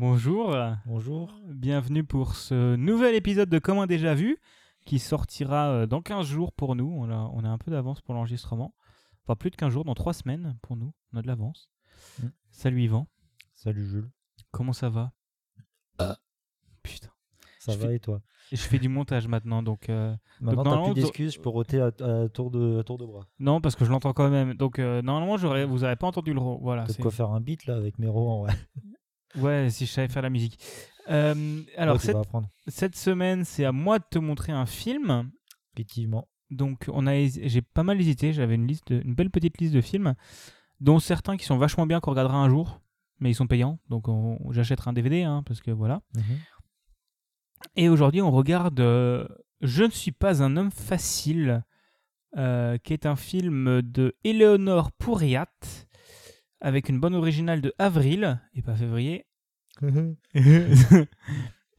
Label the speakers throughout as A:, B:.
A: Bonjour,
B: Bonjour.
A: bienvenue pour ce nouvel épisode de Comment déjà vu qui sortira euh, dans 15 jours pour nous. On a, on a un peu d'avance pour l'enregistrement. Enfin, plus de 15 jours, dans 3 semaines pour nous. On a de l'avance.
B: Mm.
A: Salut Yvan,
B: Salut Jules.
A: comment ça va Putain.
B: Ça
A: Je
B: va
A: fais-
B: et toi
A: Et je fais du montage maintenant, donc. euh,
B: Maintenant, t'as
A: normalement,
B: plus
A: t'aurais-
B: d'excuses, je peux roter à, à tour de, à tour de bras.
A: Non, parce que je l'entends quand même. Donc, euh, normalement, j'aurais- vous n'avez pas entendu le. ro- Voilà.
B: T'as de
A: Ah, c'est-
B: quoi faire un beat là avec Mero en vrai.
A: Ouais, si je savais faire la musique. Euh,
B: Ouais,
A: alors,
B: tu
A: cette,
B: vas apprendre.
A: cette semaine, c'est à moi de te montrer un film.
B: Effectivement.
A: Donc, on a, hési- j'ai pas mal hésité. J'avais une liste, de- une belle petite liste de films, dont certains qui sont vachement bien qu'on regardera un jour, mais ils sont payants. Donc, on- j'achèterai un DVD, hein, parce que voilà.
B: Mhm.
A: Et aujourd'hui, on regarde euh, Je ne suis pas un homme facile, euh, qui est un film de Éléonore Pouriat, avec une bonne originale de avril, et pas février,
B: Mhm.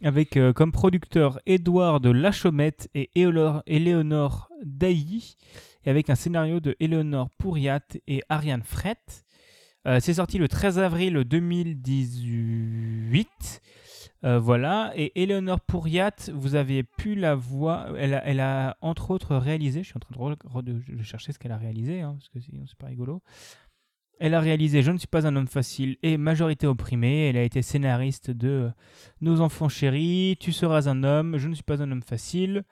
A: avec euh, comme producteur Édouard de Lachomette et Éolor- Éléonore Dailly, et avec un scénario de Éléonore Pouriat et Ariane Fret. Euh, c'est sorti le 13 avril 2018. Euh, voilà, et Éléonore Pouriat, vous avez pu la voir, elle a, elle a entre autres réalisé, je suis en train de, re- re- de- de chercher ce qu'elle a réalisé, hein, parce que sinon c'est pas rigolo. Elle a réalisé Je ne suis pas un homme facile et Majorité opprimée, elle a été scénariste de euh, nos enfants chéris, Tu seras un homme, Je ne suis pas un homme facile.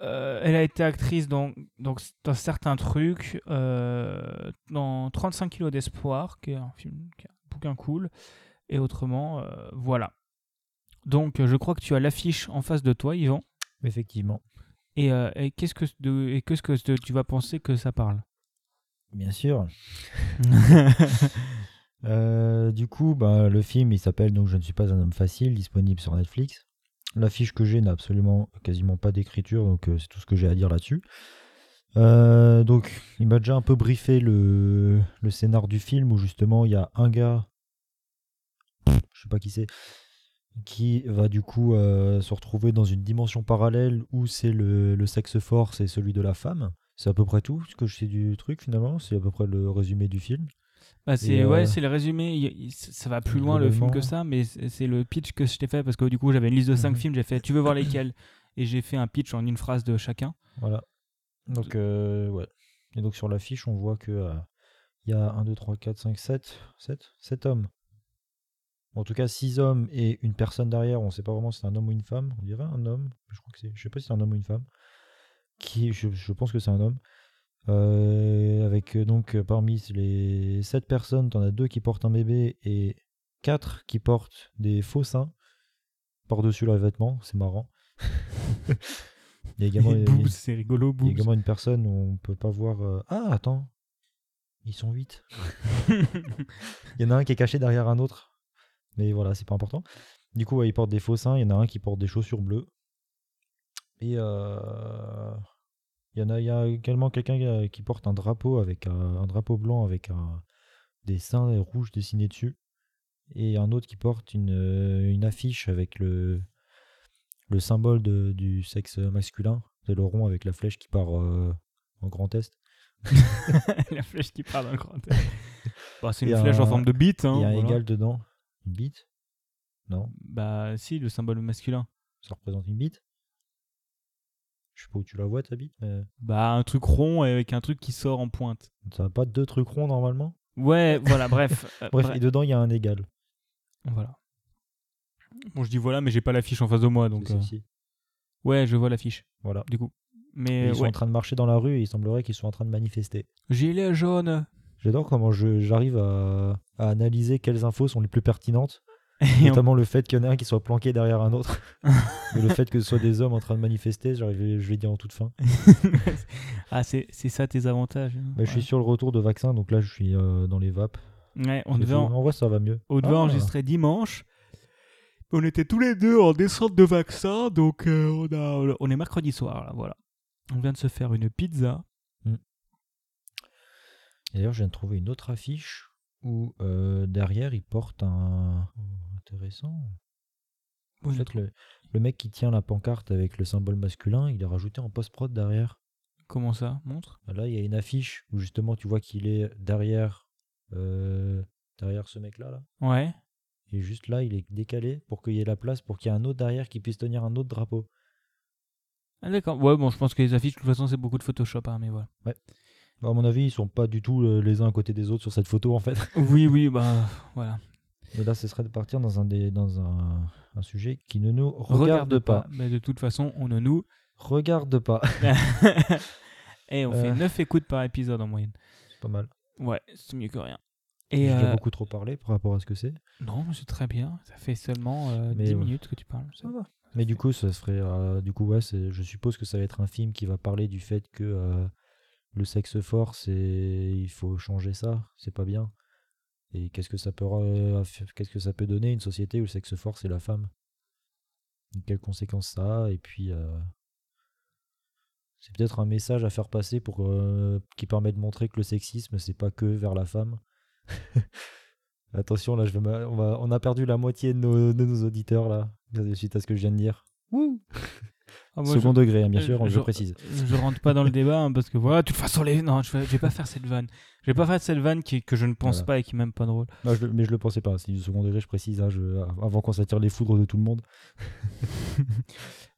A: Euh, elle a été actrice dans, dans, dans certains trucs, euh, dans 35 kilos d'espoir, qui est un film, qui est un bouquin cool, et autrement, euh, voilà. Donc, euh, je crois que tu as l'affiche en face de toi, Yvan.
B: Effectivement.
A: Et, euh, et qu'est-ce que de- et qu'est-ce que de- tu vas penser que ça parle
B: Bien sûr. Euh, du coup, bah, le film il s'appelle donc Je ne suis pas un homme facile, disponible sur Netflix. L'affiche que j'ai n'a absolument quasiment pas d'écriture, donc euh, c'est tout ce que j'ai à dire là-dessus. Euh, donc, il m'a déjà un peu briefé le, le scénar du film où justement il y a un gars, je sais pas qui c'est, qui va du coup euh, se retrouver dans une dimension parallèle où c'est le, le sexe fort, c'est celui de la femme. C'est à peu près tout ce que je sais du truc finalement, c'est à peu près le résumé du film.
A: Bah, c'est
B: euh,
A: ouais, c'est le résumé. Il- il- c- ça va plus loin le film que
B: globalement-
A: ça, mais c'est c'est le pitch que je t'ai fait parce que du coup j'avais une liste de 5
B: Mhm.
A: films. J'ai fait tu veux voir lesquels et j'ai fait un pitch en une phrase de chacun.
B: Voilà. Donc, euh, ouais. Et donc, sur l'affiche, on voit que euh, il y a 1, 2, 3, 4, 5, 7, 7, hommes. En tout cas, 6 hommes et une personne derrière. On sait pas vraiment si c'est un homme ou une femme. On dirait un homme. Je crois que c'est. Je sais pas si c'est un homme ou une femme. Qui, je, je pense que c'est un homme. Euh, avec euh, donc euh, parmi les 7 personnes, t'en as 2 qui portent un bébé et 4 qui portent des faux seins par-dessus leurs vêtements. C'est marrant. Il y a également les-
A: Boobs, c'est rigolo,
B: il y a
A: boobs.
B: également une personne où on peut pas voir. euh, Ah, attends, ils sont 8. il y en a un qui est caché derrière un autre. Mais voilà, c'est pas important. Du coup, ouais, ils portent des faux seins. Il y en a un qui porte des chaussures bleues. Et euh, il, y en a, il y a également quelqu'un euh, qui porte un drapeau avec un, un drapeau blanc avec un, des seins rouges dessinés dessus. Et un autre qui porte une, euh, une affiche avec le, le symbole de- du sexe masculin. C'est le rond avec la flèche qui part euh, en grand est.
A: la flèche qui part dans le grand air. Bah, c'est
B: Il y
A: une
B: a
A: flèche en
B: un-
A: forme de bite. hein,
B: Il y a un
A: voilà.
B: égal dedans. Une bite Non,
A: Bah si, le symbole masculin.
B: ça représente une bite. Je sais pas où tu la vois ta bite. mais
A: Bah un truc rond avec un truc qui sort en pointe.
B: Ça n'a pas deux trucs ronds normalement.
A: Ouais, voilà, bref. euh,
B: Bref,
A: bref.
B: et dedans il y a un égal.
A: Voilà. Bon, je dis voilà, mais j'ai pas l'affiche en face de moi,
B: Donc
A: donc euh, ouais, je vois l'affiche
B: voilà.
A: du coup.
B: Et
A: Mais
B: ils sont
A: ouais.
B: en train de marcher dans la rue et il semblerait qu'ils soient en train de manifester.
A: gilet jaune.
B: J'adore comment je- j'arrive à, à analyser quelles infos sont les plus pertinentes,
A: Et on-
B: notamment le fait qu'il y en ait un qui soit planqué derrière un autre, et le fait que ce soit des hommes en train de manifester. j'arrive- Je l'ai dit en toute fin.
A: ah, c'est c'est ça tes avantages. hein.
B: Mais Bah, je suis sur le retour de vaccin, donc là je suis euh, dans les vapes.
A: Ouais. Ouais, on
B: C'est
A: devait,
B: tout.
A: en-
B: en vrai, ça va mieux.
A: on devait
B: Ah.
A: enregistrer dimanche. On était tous les deux en descente de vaccin, donc euh, on, a, on est mercredi soir, là, voilà. On vient de se faire une pizza.
B: Et D'ailleurs, je viens de trouver une autre affiche où euh, derrière, il porte un. Oh, intéressant. En
A: Une-
B: fait, le, le mec qui tient la pancarte avec le symbole masculin, il est rajouté en post-prod derrière.
A: Comment ça Montre
B: Là, il y a une affiche où justement, tu vois qu'il est derrière. euh, derrière ce mec-là. Là.
A: Ouais.
B: Et juste là, il est décalé pour qu'il y ait la place, pour qu'il y ait un autre derrière qui puisse tenir un autre drapeau.
A: Ah, d'accord. Ouais, bon, je pense que les affiches, de toute façon, c'est beaucoup de Photoshop, hein, mais voilà.
B: À mon avis, ils sont pas du tout euh, les uns à côté des autres sur cette photo en fait.
A: Oui, oui, bah, voilà.
B: Et là, ce serait de partir dans un, des- dans un, un sujet qui ne nous regarde, pas.
A: Bah, de toute façon, on ne nous.
B: Regarde pas.
A: Et on
B: Euh.
A: fait 9 écoutes par épisode en moyenne.
B: c'est pas mal.
A: Ouais, c'est mieux que rien. Et
B: J'ai déjà
A: euh,
B: beaucoup trop parlé par rapport à ce que c'est.
A: non, c'est très bien. Ça fait seulement euh,
B: Mais
A: 10
B: ouais.
A: minutes que tu parles. ça.
B: Mais du coup, ça serait. euh, du coup, ouais, c'est- je suppose que ça va être un film qui va parler du fait que euh, le sexe fort, c'est. Il faut changer ça, c'est pas bien. Et qu'est-ce que ça peut, euh, aff- qu'est-ce que ça peut donner une société où le sexe fort, c'est la femme Et Quelles conséquences ça a Et puis. euh, c'est peut-être un message à faire passer pour, euh, qui permet de montrer que le sexisme, c'est pas que vers la femme. Attention, là, je vais me- on, va- on a perdu la moitié de nos, de nos auditeurs, là, suite à ce que je viens de dire.
A: Ah, moi,
B: Second degré, hein, bien
A: euh,
B: sûr, je,
A: je-
B: précise.
A: je, je rentre pas dans le débat hein, parce que voilà, de toute façon, les... non, je vais, je vais pas faire cette vanne. Je vais pas faire cette vanne qui, que je ne pense
B: Voilà.
A: pas et qui est même pas drôle.
B: Non, je le- mais je le pensais pas, c'est du second degré, je précise, hein, je- avant qu'on s'attire les foudres de tout le monde.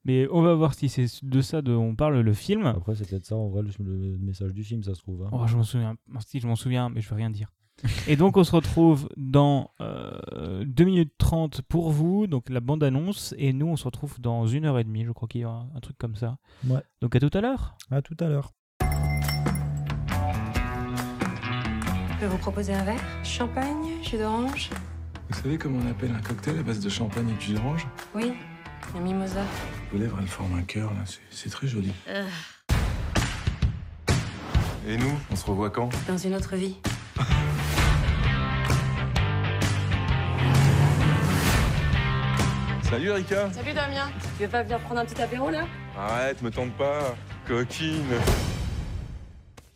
A: Mais on va voir si c'est de ça dont on parle le film.
B: Après, c'est peut-être ça, en vrai, le, le message du film, ça se trouve. hein.
A: Oh, je m'en souviens. Oh, Si, je m'en souviens, mais je vais rien dire. Et donc, on se retrouve dans euh, 2 minutes 30 pour vous, donc la bande-annonce. Et nous, on se retrouve dans 1 heure et demie, je crois qu'il y a un, un truc comme ça.
B: Ouais.
A: Donc, à tout à l'heure.
B: À tout à l'heure.
C: Je peux vous proposer un verre Champagne, jus d'orange
D: Vous savez comment on appelle un cocktail à base de champagne et de jus d'orange
C: Oui, un mimosa.
D: Vos lèvres, elles forment un cœur, là. C'est- C'est très joli. Et nous, on se revoit quand
C: Dans une autre vie.
D: Salut, Erika
C: Salut Damien Tu veux pas venir prendre un petit apéro là
D: Arrête, me tente pas, coquine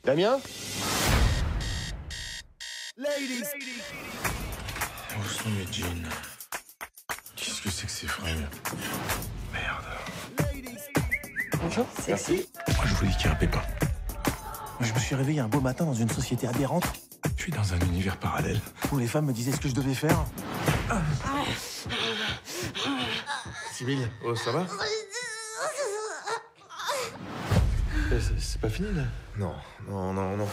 E: Damien
D: Où sont mes jeans Qu'est-ce que c'est que ces fringues Merde.
E: Bonjour,
D: Merci. Moi, je voulais qu'il y ait un pépin.
E: Je me suis réveillé un beau matin dans une société aberrante
D: Je suis dans un univers parallèle.
E: où les femmes me disaient ce que je devais faire. Sibyl,
D: Oh, ça va
E: Euh, c'est pas fini là
D: Non, non, non, non.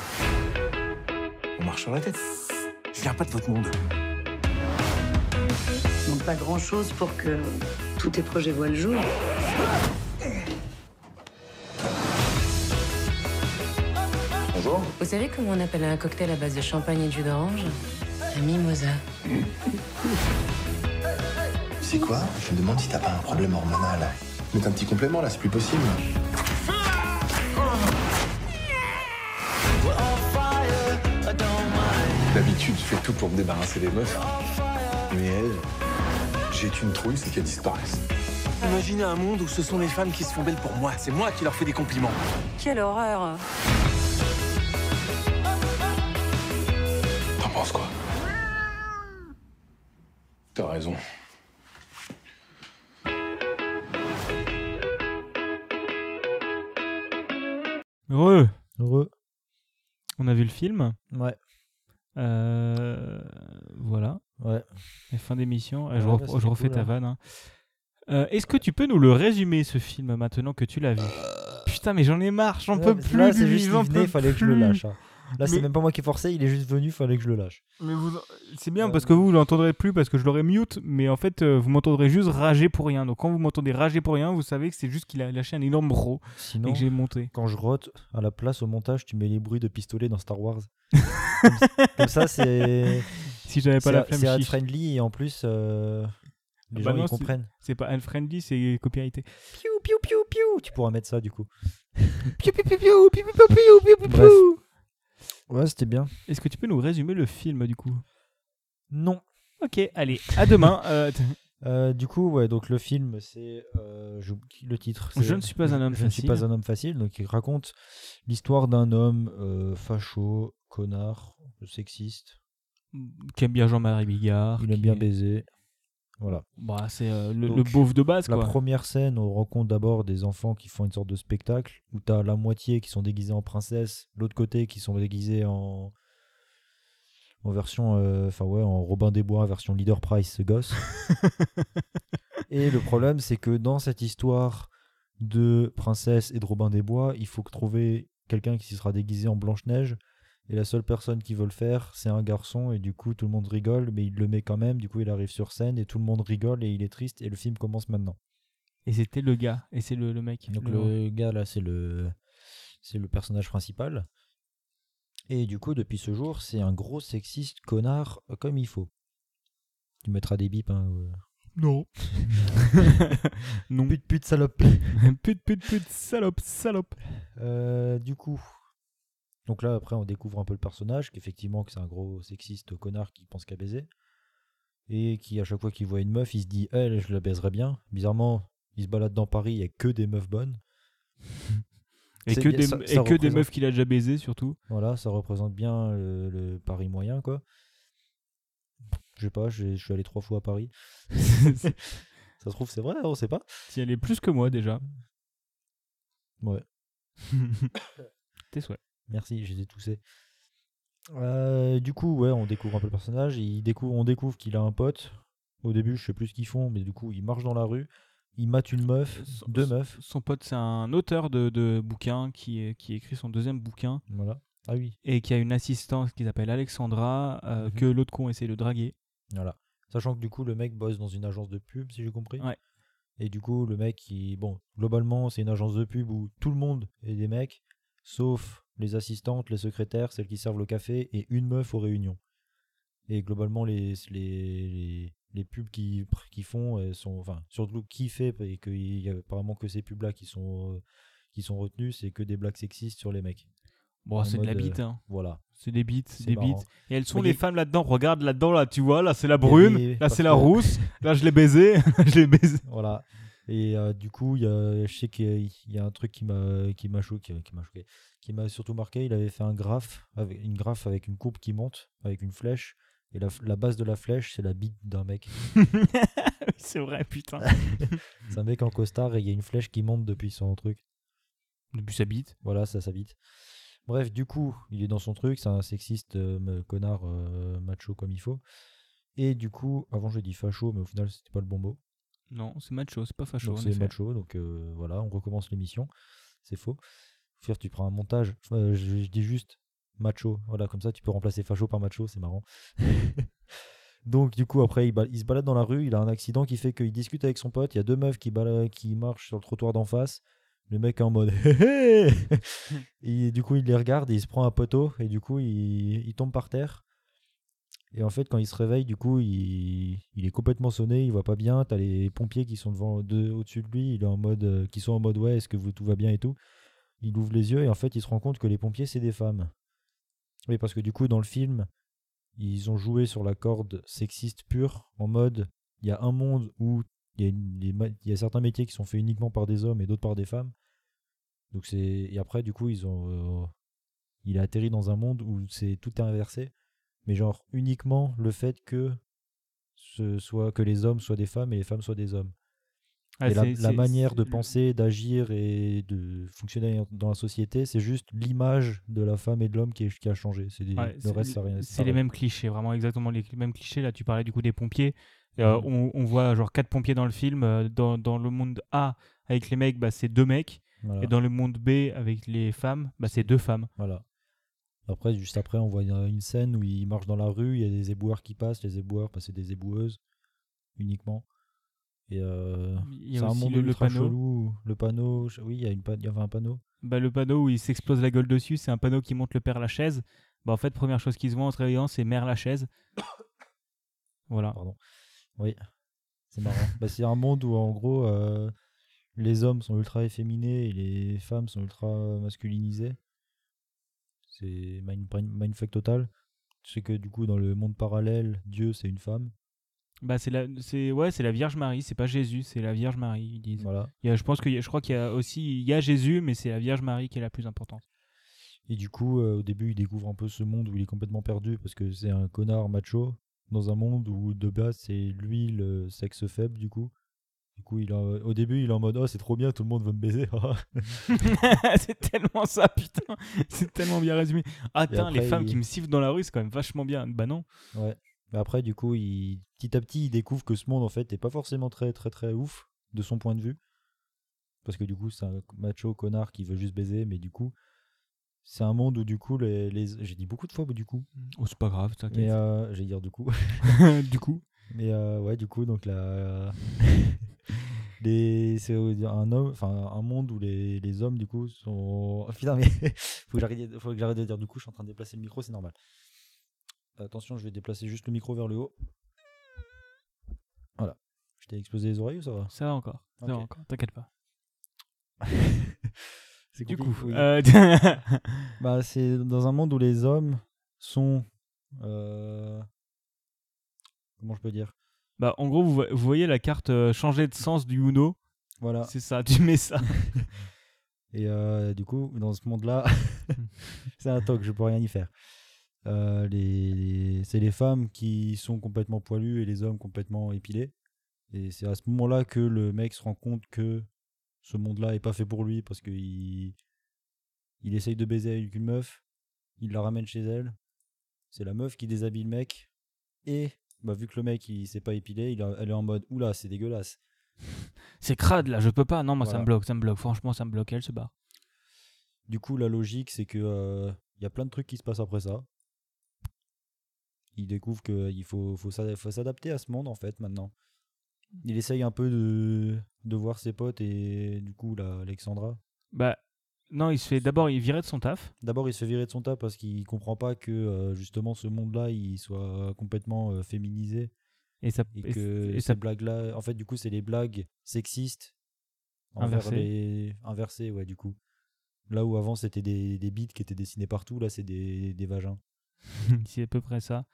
E: On marche sur la tête. Je viens pas de votre monde.
F: Il manque pas grand chose pour que tous tes projets voient le jour.
C: Vous savez comment on appelle un cocktail à base de champagne et de jus d'orange Un mimosa.
E: C'est quoi Je me demande si t'as pas un problème hormonal. Mets un petit complément là, c'est plus possible.
D: D'habitude, je fais tout pour me débarrasser des meufs. Mais elle, j'ai une trouille, c'est qu'elle disparaisse.
E: Imaginez un monde où ce sont les femmes qui se font belles pour moi. C'est moi qui leur fais des compliments.
C: Quelle horreur
D: T'en penses quoi T'as raison.
A: Heureux.
B: Heureux.
A: On a vu le film.
B: Ouais.
A: Euh, voilà.
B: Ouais.
A: Et fin d'émission. Ah,
B: Ouais,
A: je,
B: bah,
A: rep-
B: c'était
A: je refais
B: cool,
A: ta
B: hein.
A: vanne. hein. Euh, Est-ce que tu peux nous le résumer ce film maintenant que tu l'as vu Putain, mais j'en ai marre, j'en
B: Euh. Ouais,
A: peux
B: mais
A: plus.
B: Là,
A: du
B: c'est juste
A: vivant,
B: qu'il venait,
A: peux
B: fallait que je le
A: plus.
B: lâche. hein. Là, c'est
A: Mais-
B: même pas moi qui ai forcé, il est juste venu, fallait que je le lâche.
A: Mais vous, c'est bien
B: Euh,
A: parce que vous, vous l'entendrez plus parce que je l'aurai mute, mais en fait, euh, vous m'entendrez juste rager pour rien. Donc quand vous m'entendez rager pour rien, vous savez que c'est juste qu'il a lâché un énorme bro et
B: Sinon,
A: que j'ai monté.
B: quand je rote, à la place au montage, tu mets les bruits de pistolet dans Star Wars. Comme ça- Comme ça, c'est.
A: Si j'avais pas
B: C'est
A: la
B: c'est
A: flamme
B: ad
A: chiche.
B: friendly et en plus euh, les
A: Ah bah
B: gens
A: non,
B: ils
A: c'est-
B: comprennent.
A: C'est pas unfriendly, c'est copyrighté.
B: Piou piou piou piou. Tu pourras mettre ça du coup.
A: Piou, piou, piou, piou, piou, piou, piou, piou, piou,
B: Bref.
A: piou.
B: Ouais, c'était bien.
A: Est-ce que tu peux nous résumer le film du coup
B: Non.
A: Ok, allez, à demain. Euh, t-
B: Euh, du coup, ouais, donc le film, c'est euh, j'oublie le titre. c'est-
A: Je ne suis pas un homme
B: Je ne suis
A: facile.
B: pas un homme facile. Donc il raconte l'histoire d'un homme euh, facho, connard, sexiste.
A: qui aime bien Jean-Marie Bigard.
B: il aime
A: qui
B: bien
A: est-
B: baiser. Voilà.
A: Bah, c'est euh, le,
B: Donc,
A: le beauf de base
B: La
A: quoi.
B: première scène, on rencontre d'abord des enfants qui font une sorte de spectacle où t'as la moitié qui sont déguisés en princesse, l'autre côté qui sont déguisés en en version, euh, enfin ouais, en Robin des Bois, version Leader Price, ce gosse. et le problème, c'est que dans cette histoire de princesse et de Robin des Bois, il faut que trouver quelqu'un qui sera déguisé en Blanche-Neige. Et la seule personne qui veut le faire, c'est un garçon, et du coup, tout le monde rigole, mais il le met quand même. Du coup, il arrive sur scène, et tout le monde rigole, et il est triste, et le film commence maintenant.
A: Et c'était le gars, et c'est le, le mec.
B: Donc,
A: le-
B: le, gars, là, c'est le, c'est le personnage principal. Et du coup, depuis ce jour, c'est un gros sexiste connard euh, comme il faut. Tu mettras des bips, hein. euh.
A: Non. non.
B: Pute, pute, salope.
A: Pute, pute, pute, salope, salope.
B: Euh, du coup. Donc là, après, on découvre un peu le personnage, qu'effectivement, que c'est un gros sexiste connard qui pense qu'à baiser. Et qui, à chaque fois qu'il voit une meuf, il se dit, elle, je la baiserai bien. Bizarrement, il se balade dans Paris, il n'y a que des meufs bonnes.
A: Et
B: C'est
A: que,
B: bien,
A: des,
B: ça-
A: et
B: ça
A: que des
B: représente-
A: meufs qu'il a déjà baisé surtout.
B: Voilà, ça représente bien le, le Paris moyen, quoi. Je sais pas, j'ai- je suis allé trois fois à Paris. ça se trouve, c'est vrai, on sait pas.
A: Si elle est plus que moi déjà.
B: Ouais.
A: Tes souhaits.
B: Merci, j'étais toussé. Euh, du coup, ouais, on découvre un peu le personnage. Il découvre, on découvre qu'il a un pote. Au début, je sais plus ce qu'ils font, mais du coup, il marche dans la rue, il mate une meuf,
A: Son-
B: deux
A: son-
B: meufs.
A: Son pote, c'est un auteur de, de bouquins qui, est- qui écrit son deuxième bouquin
B: Voilà. Ah oui,
A: et qui a une assistante qu'ils appellent Alexandra, euh,
B: Mhm.
A: que l'autre con essaie de draguer.
B: voilà. Sachant que du coup, le mec bosse dans une agence de pub, si j'ai compris.
A: Ouais.
B: Et du coup, le mec, il... bon, globalement, c'est une agence de pub où tout le monde est des mecs, sauf les assistantes, les secrétaires, celles qui servent le café et une meuf aux réunions. Et globalement, les, les, les, les pubs qui, qui font euh, sont, enfin, surtout qui fait, et qu'il y a apparemment que ces pubs-là qui sont, euh, qui sont retenues, c'est que des blagues sexistes sur les mecs.
A: Bon,
B: En
A: c'est de la
B: mode,
A: bite, hein.
B: Voilà.
A: C'est des bites,
B: C'est
A: des
B: marrant.
A: bites. Et elles sont
B: Mais
A: les
B: il-
A: femmes là-dedans. Regarde là-dedans, là, tu vois, là c'est la
B: y a
A: brune,
B: des-
A: là
B: parce
A: c'est la
B: que-
A: rousse, là je l'ai baisée, je l'ai baisée.
B: Voilà. Et euh, du coup, il y a, je sais qu'il y a un truc qui m'a qui m'a choqué, qui m'a choqué, qui m'a surtout marqué. Il avait fait un graphe avec une graphe avec une courbe qui monte, avec une flèche. Et la, f- la base de la flèche, c'est la bite d'un mec.
A: c'est vrai, putain.
B: C'est un mec en costard et il y a une flèche qui monte depuis son truc.
A: Depuis sa bite.
B: Voilà, ça, ça bite. Bref, du coup, il est dans son truc. C'est un sexiste euh, me- connard euh, macho comme il faut. Et du coup, avant j'ai dit facho, mais au final, c'était pas le bon mot.
A: Non, c'est macho, c'est pas facho.
B: Donc
A: en
B: c'est
A: effet.
B: macho, donc euh, voilà, on recommence l'émission. C'est faux. Faire, tu prends un montage. Euh, je, je dis juste macho. Voilà, comme ça, tu peux remplacer facho par macho, c'est marrant. donc du coup, après, il, ba- il se balade dans la rue. Il a un accident qui fait qu'il discute avec son pote. Il y a deux meufs qui, bala- qui marchent sur le trottoir d'en face. Le mec est en mode Hé, hé et du coup il les regarde et il se prend un poteau et du coup il, il tombe par terre et en fait quand il se réveille du coup il, il est complètement sonné il voit pas bien t'as les pompiers qui sont devant de- au-dessus de lui il est en mode euh, qui sont en mode ouais est-ce que vous, tout va bien et tout il ouvre les yeux et en fait il se rend compte que les pompiers c'est des femmes oui parce que du coup dans le film ils ont joué sur la corde sexiste pure en mode il y a un monde où il y a une- des ma- il y a certains métiers qui sont faits uniquement par des hommes et d'autres par des femmes donc c'est et après du coup ils ont euh, il a atterri dans un monde où c'est tout est inversé, mais genre uniquement le fait que ce soit que les hommes soient des femmes et les femmes soient des hommes.
A: Ah,
B: et la,
A: c'est-
B: la
A: c'est-
B: manière de
A: c'est-
B: penser, d'agir et de fonctionner dans la société, c'est juste l'image de la femme et de l'homme qui, est- qui a changé. C'est des-
A: Ouais,
B: le
A: c'est-
B: reste ça rien.
A: C'est les mêmes clichés, vraiment exactement les mêmes clichés. Là, tu parlais du coup des pompiers.
B: Mm.
A: Euh, on, on voit genre quatre pompiers dans le film. Euh, Dans, dans le monde A, avec les mecs, bah, c'est deux mecs.
B: Voilà.
A: Et dans le monde B, avec les femmes, bah, c'est deux femmes.
B: Voilà. Après, juste après, on voit une une scène où il marche dans la rue, il y a des éboueurs qui passent, les éboueurs, bah, c'est des éboueuses uniquement. Et euh,
A: Il y
B: c'est
A: a
B: un
A: aussi
B: monde
A: le, le
B: ultra
A: panneau.
B: chelou. Le panneau, je- oui, il y, a une pan- il y avait un panneau.
A: Bah, le panneau où il s'explose la gueule dessus, c'est un panneau qui monte le père Lachaise. Bah, en fait, première chose qu'ils se voient en se réveillant, c'est mère Lachaise. voilà.
B: Ah, Pardon. Oui, c'est marrant. Bah, c'est un monde où, en gros, euh, les hommes sont ultra efféminés et les femmes sont ultra masculinisées. C'est mind- mindfuck total. C'est que, du coup, dans le monde parallèle, Dieu, c'est une femme.
A: Bah, c'est la, c'est, ouais, c'est la Vierge Marie. C'est pas Jésus, c'est la Vierge Marie, ils disent.
B: Voilà.
A: Il y a- je pense que je crois qu'il y a aussi il y a Jésus, mais c'est la Vierge Marie qui est la plus importante.
B: Et du coup, euh, au début, il découvre un peu ce monde où il est complètement perdu parce que c'est un connard macho dans un monde où de base c'est lui le sexe faible du coup. Du coup, il est en- au début, il est en mode Oh, c'est trop bien, tout le monde veut me baiser.
A: c'est tellement ça, putain. C'est tellement bien résumé. Attends, les
B: après,
A: femmes
B: il-
A: qui me sifflent dans la rue, c'est quand même vachement bien. Bah non.
B: ouais. Mais après, du coup, il, petit à petit, il découvre que ce monde, en fait, est pas forcément très, très, très ouf de son point de vue. Parce que du coup, c'est un macho connard qui veut juste baiser, mais du coup, c'est un monde où du coup, les, les- j'ai dit beaucoup de fois, du coup,
A: Oh, c'est pas grave,
B: mais euh, j'allais dire du coup,
A: du coup.
B: Mais euh, ouais, du coup, donc la. les... C'est euh, un homme, enfin un monde où les, les hommes du coup sont. Oh, Putain, mais faut que j'arrête faut que j'arrête de dire du coup, je suis en train de déplacer le micro, c'est normal. Attention, je vais déplacer juste le micro vers le haut. Voilà. Je t'ai explosé les oreilles ou ça va
A: Ça va encore. Ça va
B: Ok.
A: encore. T'inquiète pas.
B: C'est
A: Du coup.
B: compliqué, oui.
A: euh,
B: Bah, c'est dans un monde où les hommes sont. euh, Comment je peux dire
A: bah, en gros, vous, vo- vous voyez la carte euh, changer de sens du Uno.
B: Voilà.
A: C'est ça, tu mets ça.
B: Et euh, du coup, dans ce monde-là, c'est un toc, je peux rien y faire. Euh, les, les- c'est les femmes qui sont complètement poilues et les hommes complètement épilés. Et c'est à ce moment-là que le mec se rend compte que ce monde-là est pas fait pour lui parce qu'il il essaye de baiser avec une meuf, il la ramène chez elle. C'est la meuf qui déshabille le mec. Et bah, vu que le mec il s'est pas épilé, il a- elle est en mode oula, c'est dégueulasse.
A: C'est crade là, je peux pas. Non, moi ça
B: Voilà.
A: me bloque, ça me bloque. Franchement, ça me bloque. Elle se barre.
B: Du coup, la logique, c'est que euh, y a plein de trucs qui se passent après ça. Il découvre qu'il faut, faut s'ad- faut s'adapter à ce monde, en fait, maintenant. Il essaye un peu de, de voir ses potes et du coup, la- Alexandra.
A: Bah non, il se fait d'abord, il virait de son taf.
B: D'abord, il se fait virer de son tas parce qu'il comprend pas que euh, justement ce monde-là, il soit complètement euh, féminisé
A: Et ça.
B: et
A: et-
B: que
A: et
B: ces
A: ça
B: blagues-là, en fait, du coup, c'est les blagues sexistes envers
A: Inversées.
B: les inversées, ouais, du coup. Là où avant c'était des, des bites qui étaient dessinées partout, là c'est des, des vagins.
A: c'est à peu près ça.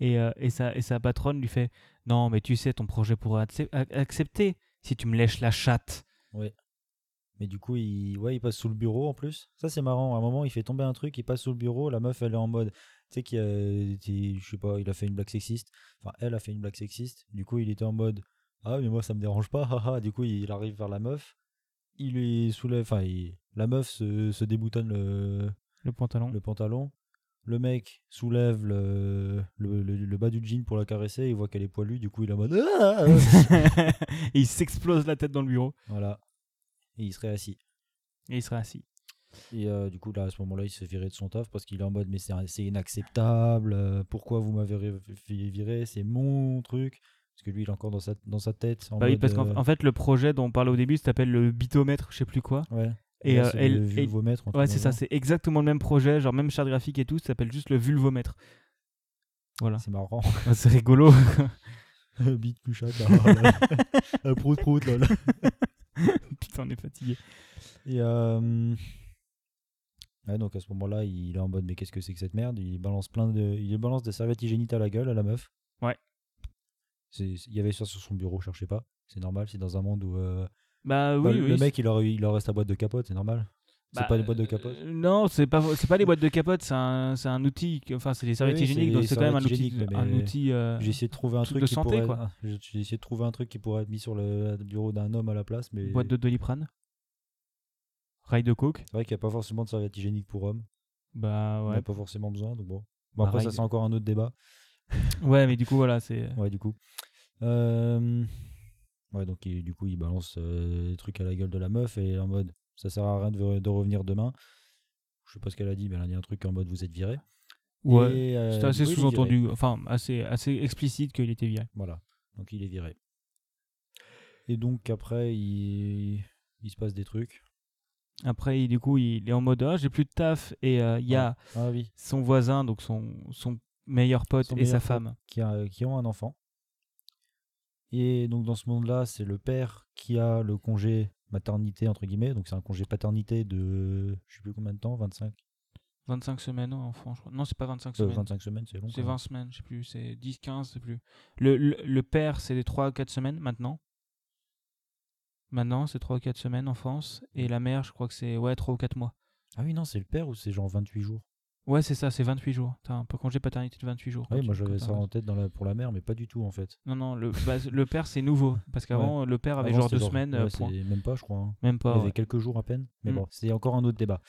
A: Et, euh, et, sa, et sa patronne lui fait Non, mais tu sais, ton projet pourrait accep- ac- accepter si tu me lèches la chatte.
B: Mais du coup, il, ouais, il passe sous le bureau en plus. Ça c'est marrant. À un moment, il fait tomber un truc, il passe sous le bureau. La meuf, elle est en mode, tu sais qu'il, y a- tu- je sais pas, il a fait une blague sexiste. Enfin, elle a fait une blague sexiste. Du coup, il était en mode, ah mais moi ça me dérange pas. haha. du coup, il arrive vers la meuf. Il lui soulève, enfin, il- la meuf se, se déboutonne le,
A: Le pantalon.
B: le pantalon. Le mec soulève le, le, le- le bas du jean pour la caresser, il voit qu'elle est poilue, du coup il est en mode Ah
A: et il s'explose la tête dans le bureau.
B: Voilà. Et il serait assis.
A: Et il sera assis.
B: Et euh, du coup, là, à ce moment-là, il se fait virer de son taf parce qu'il est en mode Mais c'est un- c'est inacceptable, euh, pourquoi vous m'avez ri- fait virer, c'est mon truc. Parce que lui, il est encore dans sa, dans sa tête. En
A: Bah oui,
B: mode,
A: parce qu'en
B: euh,
A: en fait, le projet dont on parlait au début ça s'appelle le bitomètre, je sais plus quoi.
B: Ouais.
A: Et,
B: Là,
A: euh,
B: c'est
A: elle-
B: le
A: et-
B: vulvomètre, un truc
A: Ouais,
B: dans
A: c'est
B: le
A: ça,
B: genre.
A: c'est exactement le même projet, genre même charte graphique et tout, ça s'appelle juste le vulvomètre. Voilà,
B: C'est marrant.
A: c'est rigolo.
B: Bite plus chat, là. Euh, Prout, prout, là.
A: Putain, on est fatigué.
B: Et euh, ouais, donc à ce moment-là, il est en mode mais qu'est-ce que c'est que cette merde Il balance plein de, il lui balance des serviettes hygiéniques à la gueule à la meuf.
A: Ouais.
B: C'est- Il y avait ça sur son bureau, cherchez pas. C'est normal, c'est dans un monde où euh,
A: Bah oui,
B: bah,
A: oui.
B: le mec il aurait, il aurait sa boîte de capote, c'est normal.
A: Bah,
B: c'est pas des boîtes de capote.
A: euh, non, c'est pas c'est pas les boîtes de capote, c'est un, c'est un outil, qui- enfin c'est les serviettes
B: Oui, c'est
A: hygiéniques,
B: les
A: donc c'est quand même un
B: serviettes
A: outil,
B: hygiéniques, mais-
A: un outil. euh,
B: J'ai essayé de trouver un
A: truc
B: truc,
A: de
B: qui
A: santé,
B: pourrait,
A: quoi.
B: ah, j'ai j'ai essayé de trouver un truc qui pourrait être mis sur le bureau d'un homme à la place, mais
A: boîte de doliprane, rail de coke.
B: c'est vrai qu'il n'y a pas forcément de serviette hygiénique pour homme.
A: Bah
B: On n'a
A: ouais.
B: pas forcément besoin, donc bon.
A: Bah,
B: Bon, après ça
A: règle.
B: c'est encore un autre débat.
A: Ouais, mais du coup voilà, c'est
B: Ouais, du coup. Euh, Ouais, donc il- du coup, il balance euh, des trucs à la gueule de la meuf et en mode ça sert à rien de, de revenir demain. Je sais pas ce qu'elle a dit, mais elle a dit un truc en mode vous êtes viré.
A: ouais,
B: Et, euh,
A: c'est
B: du
A: assez
B: coup, il est viré.
A: sous-entendu, enfin assez assez explicite qu'il était viré.
B: Voilà, donc il est viré. Et donc après, il, il se passe des trucs.
A: Après, il- du coup, il est en mode ah, j'ai plus de taf et euh, il y a
B: Ah oui,
A: son voisin, donc son son meilleur pote
B: Son
A: et
B: meilleur
A: sa
B: pote.
A: femme.
B: qui, a- qui ont un enfant. Et donc dans ce monde-là, c'est le père qui a le congé maternité, entre guillemets. Donc c'est un congé paternité de je sais plus combien de temps, euh, 25
A: 25 semaines en France, je crois. Non, c'est pas 25
B: Euh,
A: semaines.
B: 25 semaines, c'est long.
A: C'est
B: quand
A: 20 semaines, je sais plus, c'est 10, 15, je sais plus. Le, le, le père, c'est les 3 4 semaines maintenant. Maintenant, c'est 3 ou 4 semaines en France. Et la mère, je crois que c'est ouais, 3 ou 4 mois.
B: même. Ah oui, non, c'est le père ou c'est genre 28 jours
A: Ouais, c'est ça, c'est 28 jours. T'as un peu congé paternité de 28 jours.
B: Oui,
A: quand
B: moi
A: tu-
B: j'avais
A: quand
B: ça
A: t'as-
B: en tête dans la, pour la mère, mais pas du tout en fait.
A: Non, non, le, bah, le père, c'est nouveau. Parce qu'avant, le père avait
B: Avant,
A: genre
B: c'était
A: deux semaines,
B: ouais,
A: euh, point.
B: c'est Même pas, je crois. hein.
A: Même
B: Il
A: pas.
B: y avait
A: ouais.
B: quelques jours à peine. Mais
A: Mm.
B: bon, c'est encore un autre débat.